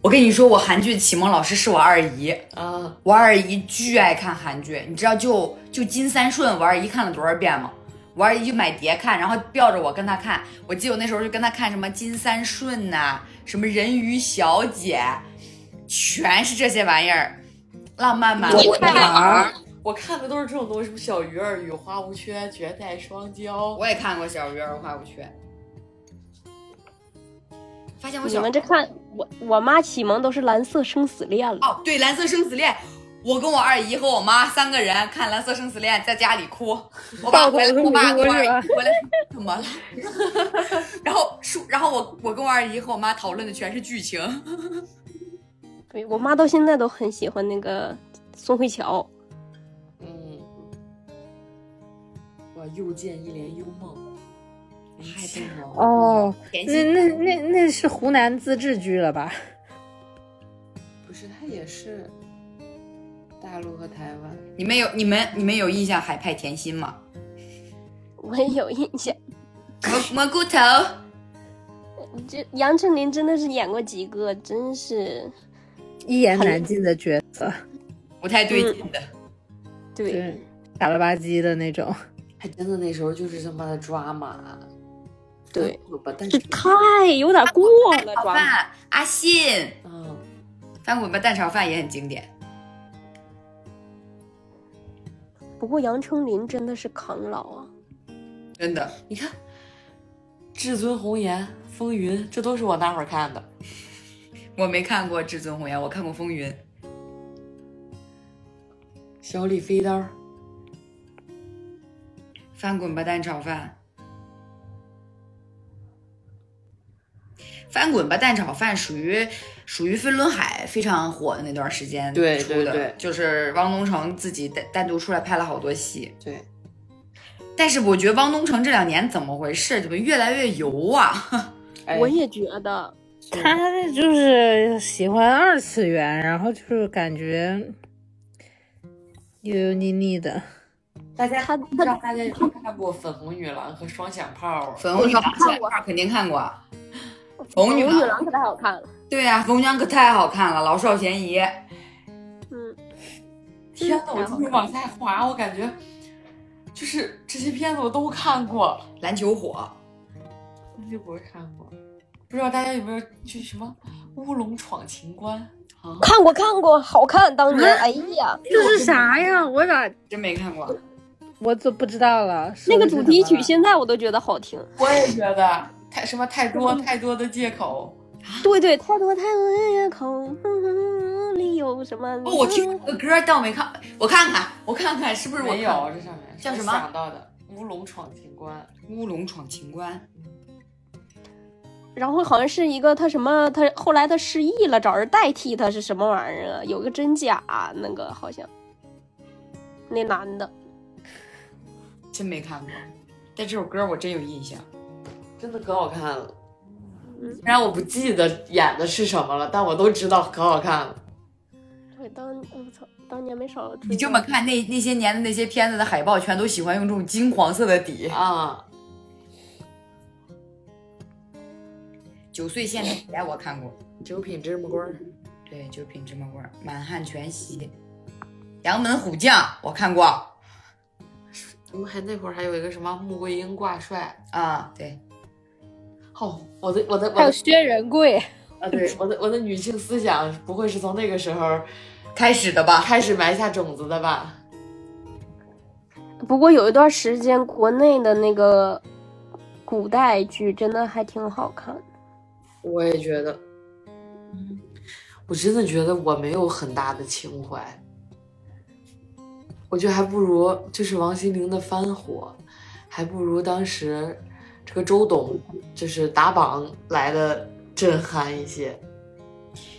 S5: 我跟你说，我韩剧启蒙老师是我二姨，
S1: 啊，
S5: 我二姨巨爱看韩剧。你知道就就金三顺，我二姨看了多少遍吗？我二姨就买碟看，然后吊着我跟她看。我记得我那时候就跟她看什么金三顺呐、什么人鱼小姐，全是这些玩意儿。浪漫满
S1: 我
S5: 屋的女孩，
S4: 啊
S1: 我看的都是这种东西，什么小鱼儿与花无缺、绝代双骄。
S5: 我也看过小鱼儿花无缺。发现我
S6: 你
S5: 小
S6: 们这看我我妈启蒙都是《蓝色生死恋》了。
S5: 哦，对，《蓝色生死恋》，我跟我二姨和我妈三个人看《蓝色生死恋》，在家里哭。我爸
S4: 抱头
S5: 回来，
S4: 痛
S5: 我爸
S4: 哭
S5: 跟我二
S4: 是吧
S5: 姨回来，怎么了？ 然后叔，然后我我跟我二姨和我妈讨论的全是剧情。
S6: 对我妈到现在都很喜欢那个宋慧乔。
S1: 嗯，我又见一帘幽梦，哎太动了。
S4: 哦，
S5: 甜
S4: 那
S5: 心
S4: 那那那是湖南自治剧了吧？
S1: 不是，它也是大陆和台湾。
S5: 你们有你们你们有印象海派甜心吗？
S6: 我也有印象，
S5: 蘑蘑菇头，
S6: 这杨丞琳真的是演过几个，真是
S4: 一言难尽的角色，
S5: 不太对劲的。
S6: 对
S4: 对，傻了吧唧的那种。
S1: 还真的那时候就是他妈的抓马，
S6: 对，
S1: 吧？但
S6: 这
S1: 是，
S6: 太有点过了，
S5: 炒
S6: 抓
S5: 饭，阿信
S1: 嗯，
S5: 翻滚吧蛋炒饭也很经典。
S6: 不过杨丞琳真的是抗老啊，
S5: 真的，
S1: 你看，《至尊红颜》《风云》，这都是我那会儿看的。
S5: 我没看过《至尊红颜》，我看过《风云》。
S1: 小李飞刀，
S5: 翻滚吧蛋炒饭，翻滚吧蛋炒饭属于属于飞轮海非常火的那段时间
S1: 对
S5: 出的，
S1: 对对
S5: 就是汪东城自己单单独出来拍了好多戏，
S1: 对，
S5: 但是我觉得汪东城这两年怎么回事，怎么越来越油 啊？
S1: 哎
S6: 我也觉得
S1: 是
S4: 他就是喜欢二次元，然后就是感觉油油腻腻的。
S1: 大家
S6: 他
S1: 不知道大家有没有看过《粉红女郎》和《双响炮》？
S5: 粉红女郎
S6: 我看过
S5: 肯定看过，
S6: 红
S5: 红女
S6: 女
S5: 郎
S6: 郎可太好看了，
S5: 对呀、啊，红娘可太好看了，老少咸宜。
S6: 嗯，
S1: 天呐，我
S6: 然后
S1: 今天往下滑，我感觉就是这些片子我都看过，
S5: 篮球火，
S1: 但是我看过。不知道大家有没有去什么《乌龙闯情关》啊？
S6: 看过看过，好看，当年，哎呀，
S4: 这是啥呀？我咋
S5: 真没看过。
S4: 我都不知道了？
S6: 那个
S4: 手
S6: 主
S4: 机怎
S6: 题
S4: 么了
S6: 曲现在我都觉得好听，
S1: 我也觉得
S5: 太什么太多太多的借口。
S6: 对对，太多太多夜空，嗯里有什么？
S5: 哦，我听过这个歌，但我没看，我看看，我看看是不是我
S1: 没有这上面
S5: 叫
S1: 是
S5: 什
S1: 我
S5: 么
S1: 想到的乌龙闯情关，
S5: 《乌龙闯情关
S6: 然后好像是一个他什么，他后来他失忆了，找人代替他是什么玩意儿啊？有个真假那个好像，那男的，》，
S5: 真没看过，但这首歌我真有印象。
S1: 真的可好看了。
S6: 嗯
S1: 虽然我不记得演的是什么了，但我都知道可好看了。
S6: 对，当我操，当年没少追。
S5: 你这么，看，那那些年的那些片子的海报，全都喜欢用这种金黄色的底。
S1: 啊，
S5: 九岁县城来我看过，
S1: 九品芝麻官儿，
S5: 对，九品芝麻官，满汉全席，杨门虎将我看过
S1: 我们还那会儿还有一个什么穆桂英挂帅。
S5: 啊，对，
S1: 哦，我的我的我
S6: 还有
S1: 的
S6: 薛仁贵，
S1: 啊，对，我的我的女性思想不会是从那个时候
S5: 开始的吧。
S1: 开始埋下种子的吧？
S6: 不过有一段时间国内的那个古代剧真的还挺好看的。
S1: 我也觉得，嗯我真的觉得我没有很大的情怀，我觉得还不如就是王心凌的翻火，还不如当时这个周董就是打榜来的震撼一些。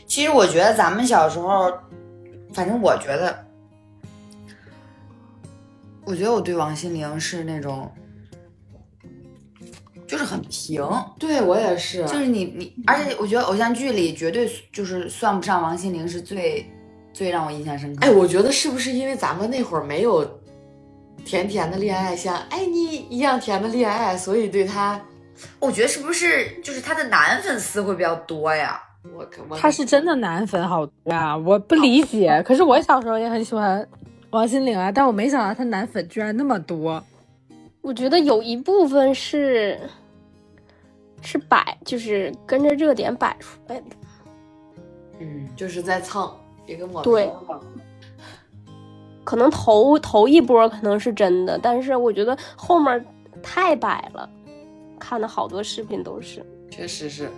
S5: 其实我觉得咱们小时候，反正我觉得，我觉得我对王心凌是那种，就是很平，
S1: 对我也是，
S5: 就是你你，而且我觉得偶像剧里绝对就是算不上王心凌是最最让我印象深刻。
S1: 哎，我觉得是不是因为咱们那会儿没有甜甜的恋爱像爱你一样甜的恋爱，所以对她，
S5: 我觉得是不是就是她的男粉丝会比较多呀？
S1: 我可我
S3: 他是真的男粉好多呀、我不理解。可是我小时候也很喜欢王心凌啊，但我没想到她男粉居然那么
S4: 哦
S3: 多。
S6: 我觉得有一部分是是摆，就是跟着热点摆出来的。
S5: 嗯，
S1: 就是在蹭一个抹
S6: 对
S1: 平吧
S6: 可能头头一波可能是真的，但是我觉得后面太摆了，看的好多视频都是。
S1: 确实是。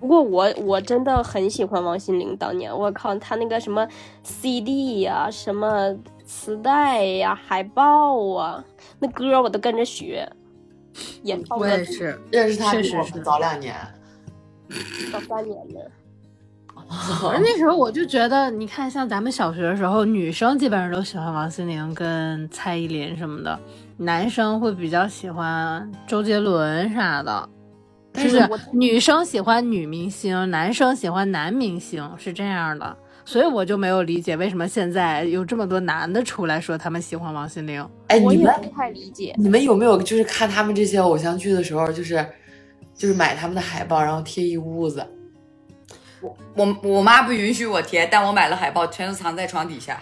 S6: 不过我我真的很喜欢王心凌，当年我靠，她那个什么 CD 呀、什么磁带呀、海报啊，那歌我都跟着学，演唱
S4: 我
S6: 歌
S4: 也是，
S1: 认识他
S4: 确
S1: 比
S4: 实
S1: 我
S4: 是
S1: 们早两年，
S6: 早三年的。
S4: 而那时候我就觉得，你看，像咱们小学的时候，女生基本上都喜欢王心凌跟蔡依林什么的，男生会比较喜欢周杰伦啥的。
S6: 但
S4: 就是
S6: 是我
S4: 女生喜欢女明星，男生喜欢男明星，是这样的。所以我就没有理解为什么现在有这么多男的出来说他们喜欢王心凌。
S1: 哎，
S6: 我
S1: 你
S6: 也
S1: 们
S6: 不太理解，
S1: 你们有没有就是看他们这些偶像剧的时候，就是就是买他们的海报，然后贴一屋子？
S5: 我我妈不允许我贴，但我买了海报，全都藏在床底下。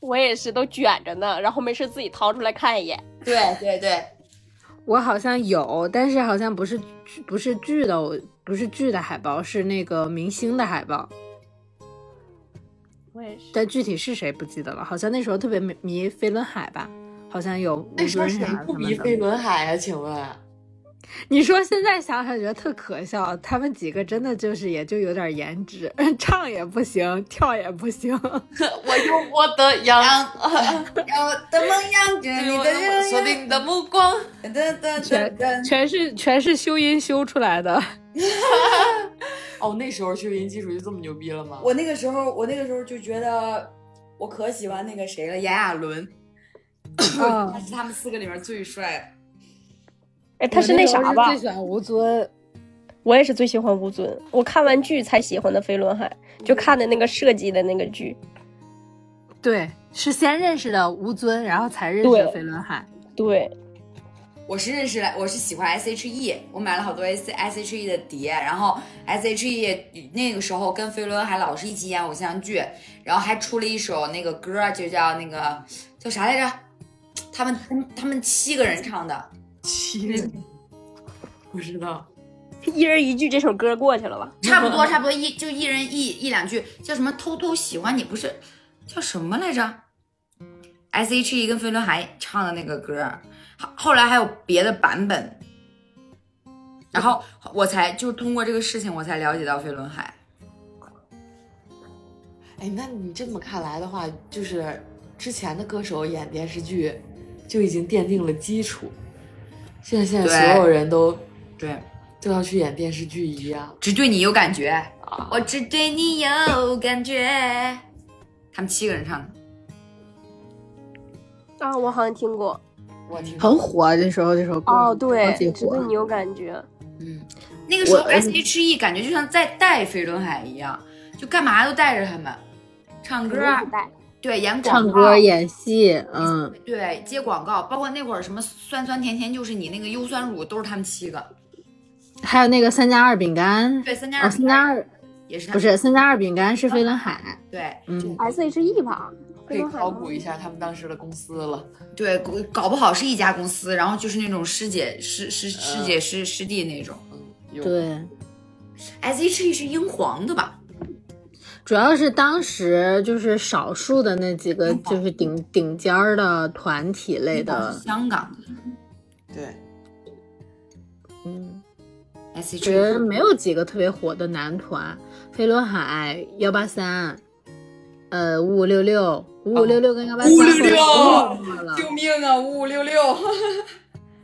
S6: 我也是都卷着呢，然后没事自己掏出来看一眼。
S5: 对对 对，
S4: 我好像有，但是好像不是剧不是剧的，我不是剧的海报，是那个明星的海报，
S6: 我也是。
S4: 但具体是谁不记得了。好像那时候特别迷迷飞轮海吧，好像有吴
S1: 那时候
S4: 尊
S1: 谁
S4: 啥他
S1: 不
S4: 们
S1: 迷
S4: 啊的
S1: 飞轮海呀、请问，
S4: 你说现在想想觉得特可笑，他们几个真的就是也就有点颜值，唱也不行，跳也不 行。
S1: 我用我的阳
S5: 让让我的梦样着你
S1: 对我
S5: 的热
S1: 用我锁定你的目光，
S5: 噔噔噔噔
S3: 全是全是修音修出来 的，
S1: 哦，那时候去云基础就这么牛逼了 吗？
S5: 我那个时候，我那个时候就觉得我可喜欢那个谁了，炎亚纶，
S4: 嗯
S3: 啊
S5: 他是他们四个里面最帅的。
S6: 哎，他是那啥吧
S3: 我时候是？最喜欢吴尊，
S6: 我也是最喜欢吴尊，我看完剧才喜欢的飞轮海，就看的那个设计的那个剧。
S4: 对，是先认识的吴尊，然后才认识的
S6: 对
S4: 飞轮海。
S6: 对，
S5: 我是认识了，我是喜欢 S H E，我买了好多 S S H E 的碟，然后 S H E 那个时候跟飞轮海老是一起演偶像剧，然后还出了一首那个歌，就叫那个叫啥来着？他们他们七个人唱的，
S1: 七人不知道，
S6: 一人一句这首歌过去了吧？
S5: 差
S4: 嗯
S5: 不多，差不多一就一人一一两句，叫什么偷偷喜欢你，不是叫什么来着？S H E 跟飞轮海唱的那个歌，后后来还有别的版本，然后我才就通过这个事情，我才了解到飞轮海。
S1: 哎，那你这么看来的话，就是之前的歌手演电视剧就已经奠定了基础，现在现在
S5: 对
S1: 所有人都
S5: 对，
S1: 都要去演电视剧一样。
S5: 只对你有感觉，
S4: 哦
S5: 我只对你有感觉。他们七个人唱的，
S6: 啊，我好像听过
S1: 我听
S4: 很火，那时候这首歌
S6: 哦，对
S4: 超级，
S6: 只对
S4: 火。
S6: 你有感觉，
S5: 嗯，那个时候
S4: 我哎
S5: S H E 感觉就像在带飞轮海一样，就干嘛都带着他们，唱歌啊，
S6: 带
S5: 对，演广告，
S4: 嗯唱歌、演戏，嗯，
S5: 对，接广告，包括那会儿什么酸酸甜甜就是你那个优酸乳都是他们七个，
S4: 还有那个三加二饼干，
S5: 对，三加
S4: 哦，
S5: 二
S4: 三加二
S5: 也是他
S4: 不
S5: 们
S4: 是三加二饼干是飞轮海，
S5: 对
S4: 嗯，
S6: S H E 吧，
S1: 可以考古一
S6: 下。
S1: 下他们当时的公司了。
S5: 对，搞搞不好是一家公司，然后就是那种师姐师师
S4: 呃
S5: 师姐师师弟那种。
S1: 嗯，有
S4: 对，
S5: S H E 是英皇的吧？
S4: 主要是当时就是少数的那几个就是顶顶尖儿的团体类的，
S5: 香港的
S1: 对，
S4: 嗯，
S5: S
S4: 其
S5: H
S4: 实
S5: E
S4: 没有几个特别火的男团，飞轮海、幺八三，呃，五五六六，五五六六跟幺八三，了。
S5: 命啊！五五六六，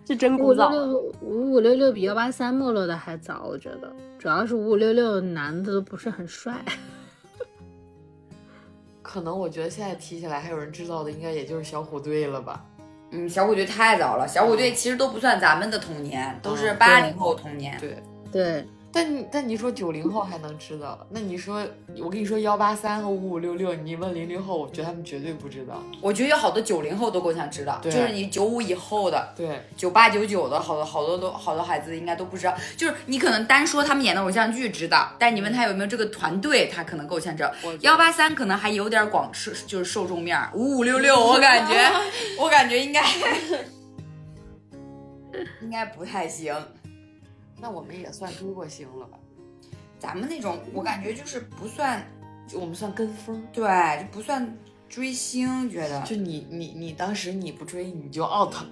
S6: 是真
S4: 五
S6: 古
S4: 五六
S6: 早，
S4: 六五五六六比幺八三没落的还早，我觉得，主要是五五六六男的都不是很帅，
S1: 可能我觉得现在提起来还有人知道的，应该也就是小虎队了吧？
S5: 嗯，小虎队太早了，小虎队其实都不算咱们的童年，都是
S1: 嗯
S5: 八零后童年。
S1: 对，
S4: 哦对，
S1: 但你但你说九零后还能知道，那你说我跟你说幺八三和五五六六，你问零零后，我觉得他们绝对不知道。
S5: 我觉得有好多九零后都够呛知道，就
S1: 对
S5: 是你九五以后的。
S1: 对，
S5: 九八九九的好多好多都好多孩子应该都不知道，就是你可能单说他们演的偶像剧知道，但你问他有没有这个团队，他可能够呛知道。
S1: 嗯我觉
S5: 幺
S1: 得
S5: 八三可能还有点广受，就是受众面儿。五五六 六，我感觉，我感觉应该 应该不太行。
S1: 那我们也算追过星了吧？
S5: 咱们那种，我感觉就是不算，
S1: 就我们算跟风。
S5: 对，就不算追星，觉得
S1: 就你你你当时你不追你就 out 了，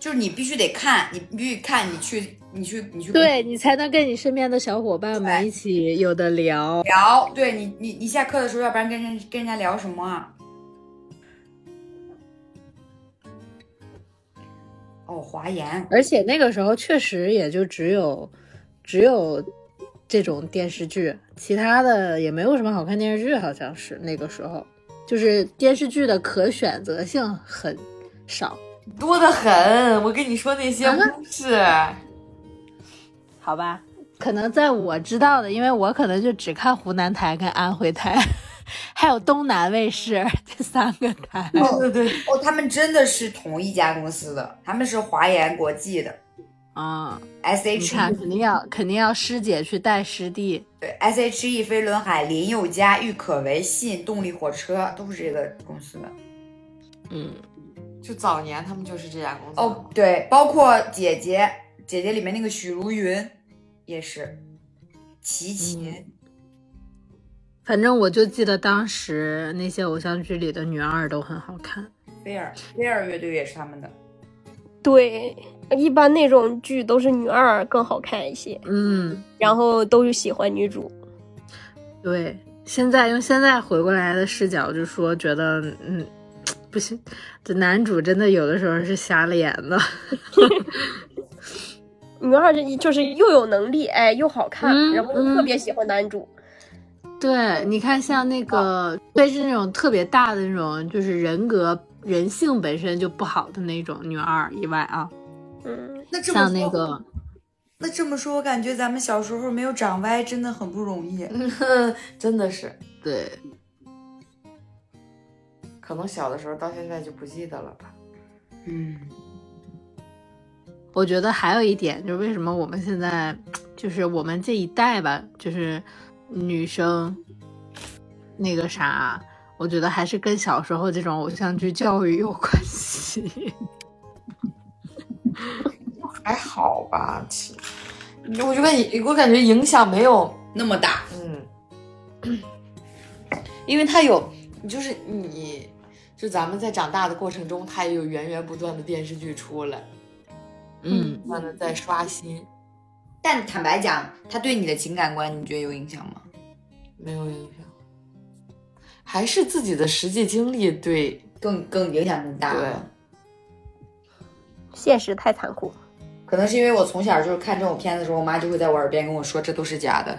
S5: 就是你必须得看，你必须看，你去，你去，你去
S4: 对你才能跟你身边的小伙伴们
S5: 对
S4: 一起有的聊。
S5: 聊。对你，你你下课的时候，要不然跟人跟人家聊什么啊？哦，华研，
S4: 而且那个时候确实也就只有只有这种电视剧，其他的也没有什么好看电视剧，好像是那个时候，就是电视剧的可选择性很少。
S1: 多得很。我跟你说那些不是，
S4: 好吧，可能在我知道的，因为我可能就只看湖南台跟安徽台， 还有东南卫视这三个台。
S1: 对对对，
S5: 哦，他们真的是同一家公司的，他们是华研国际的
S4: 啊、
S5: S
S4: 你
S5: H
S4: 看，
S5: E，
S4: 肯定要肯定要师姐去带师弟。
S5: 对 S H E 飞轮海、林宥嘉、郁可唯、信、动力火车都是这个公司的。
S4: 嗯，
S1: 就早年他们就是这家公司。
S5: 哦，，对，包括姐姐，姐姐里面那个许茹芸也是，齐
S1: 嗯
S5: 秦，
S4: 反正我就记得当时那些偶像剧里的女二都很好看。
S5: 菲儿菲儿乐队也是他们的。
S6: 对，一般那种剧都是女二更好看一些，
S4: 嗯，
S6: 然后都喜欢女主。
S4: 对。现在用现在回过来的视角就说，觉得嗯，不行，这男主真的有的时候是瞎了眼的。
S6: 女二这就是又有能力，哎，又好看，
S4: 嗯
S6: 然后
S4: 嗯
S6: 特别喜欢男主。
S4: 对，你看像那个，特别是那种特别大的那种，就是人格人性本身就不好的那种女二以外啊，
S6: 嗯，
S5: 那这么
S4: 像
S5: 说
S4: 那个，
S5: 那这么说，我感觉咱们小时候没有长歪真的很不容易。
S1: 真的是，
S4: 对，
S1: 可能小的时候到现在就不记得了吧？
S5: 嗯，
S4: 我觉得还有一点就是为什么我们现在，就是我们这一代吧，就是女生那个啥，我觉得还是跟小时候这种偶像剧教育有关系。
S1: 还好吧，其我就感觉我感觉影响没有，
S5: 那么大，
S1: 嗯， 因为它有，就是你，就咱们在长大的过程中，它也有源源不断的电视剧出来，
S4: 嗯，
S1: 不断的在刷新，
S5: 但坦白讲，他对你的情感观，你觉得有影响吗？
S1: 没有影响，还是自己的实际经历对
S5: 更更影响更大
S1: 对
S5: 吗？
S6: 现实太残酷。
S5: 可能是因为我从小就是看这种片子的时候，我妈就会在我耳边跟我说这都是假的。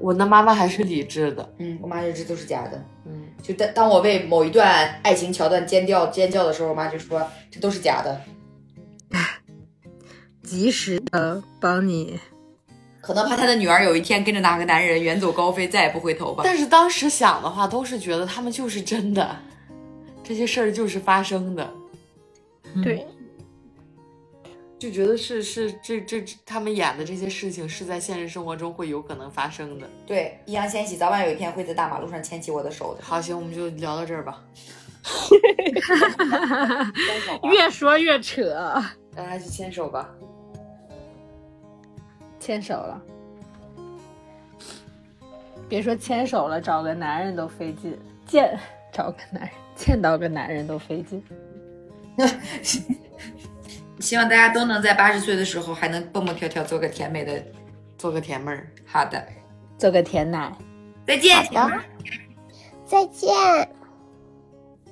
S1: 我那妈妈还是理智的，
S5: 嗯，我妈就这都是假的。
S1: 嗯，
S5: 就当当我为某一段爱情桥段尖叫尖叫的时候，我妈就说这都是假的。
S4: 及时的帮你。
S5: 可能怕她的女儿有一天跟着哪个男人远走高飞，再也不回头吧。
S1: 但是当时想的话，都是觉得他们就是真的，这些事儿就是发生的，
S6: 对，
S1: 就觉得是是这这这他们演的这些事情是在现实生活中会有可能发生的。
S5: 对，易烊千玺早晚有一天会在大马路上牵起我的手的。
S1: 好，行，我们就聊到这儿吧，
S4: 越说越扯，
S1: 大家去牵手吧。
S4: 牵手了。别说牵手了，找个男人都费劲，见找个男人，见到个男人都费劲。
S5: 希望大家都能在八十岁的时候还能蹦蹦跳跳，做个甜美的。
S1: 做个甜妹儿，
S5: 好的，
S4: 做个甜奶，
S5: 再见。
S7: 再见，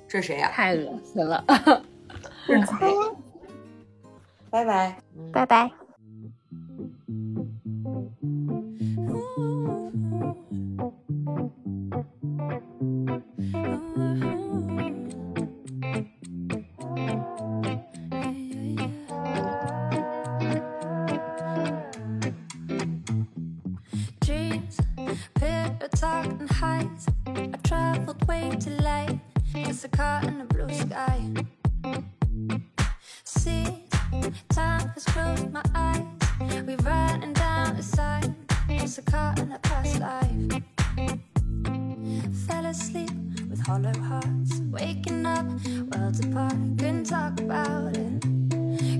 S5: 这是谁呀、
S4: 太恶心了。
S5: 拜拜。
S1: 嗯。
S7: 拜拜。
S8: dreams, pillow talk and highs. I traveled way too late, just a car in a blue sky. See, time has closed my eyes. We're riding down a side, just a car in a past life. Fell asleep with hollow hearts, waking up worlds apart. Couldn't talk about it,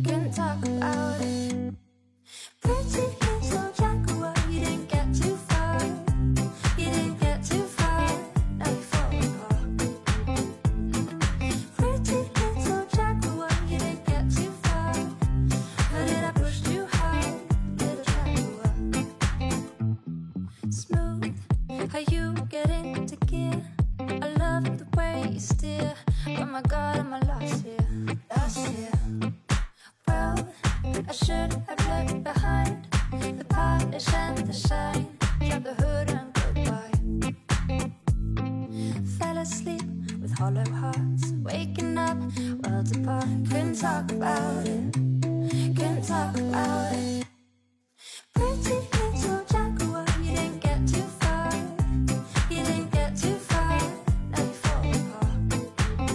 S8: couldn't talk about it. Pretty little jaguar, you didn't get too far. You didn't get too far. Now you fall apart. Pretty little jaguar, you didn't get too far. How did I push too hard, little jaguar? Smooth, how you get into gear? I love the way you steer. Oh my God, am I lost here? Lost here. Well. I should have left behind the polish and the shine. Drop the hood and goodbye. Fell asleep with hollow hearts, waking up worlds apart. Couldn't talk about it. Couldn't talk about it. Pretty little jaguar, you didn't get too far. You didn't get too far. Now you fall apart.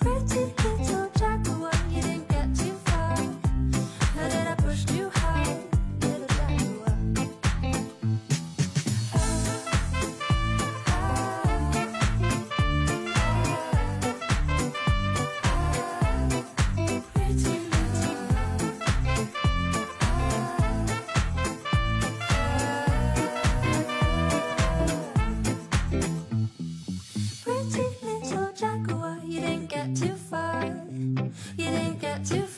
S8: Pretty little jaguar, you didn't get too far. How did I push too hard, little jaguar? Pretty Pretty little jaguar, you didn't get too far. You didn't get too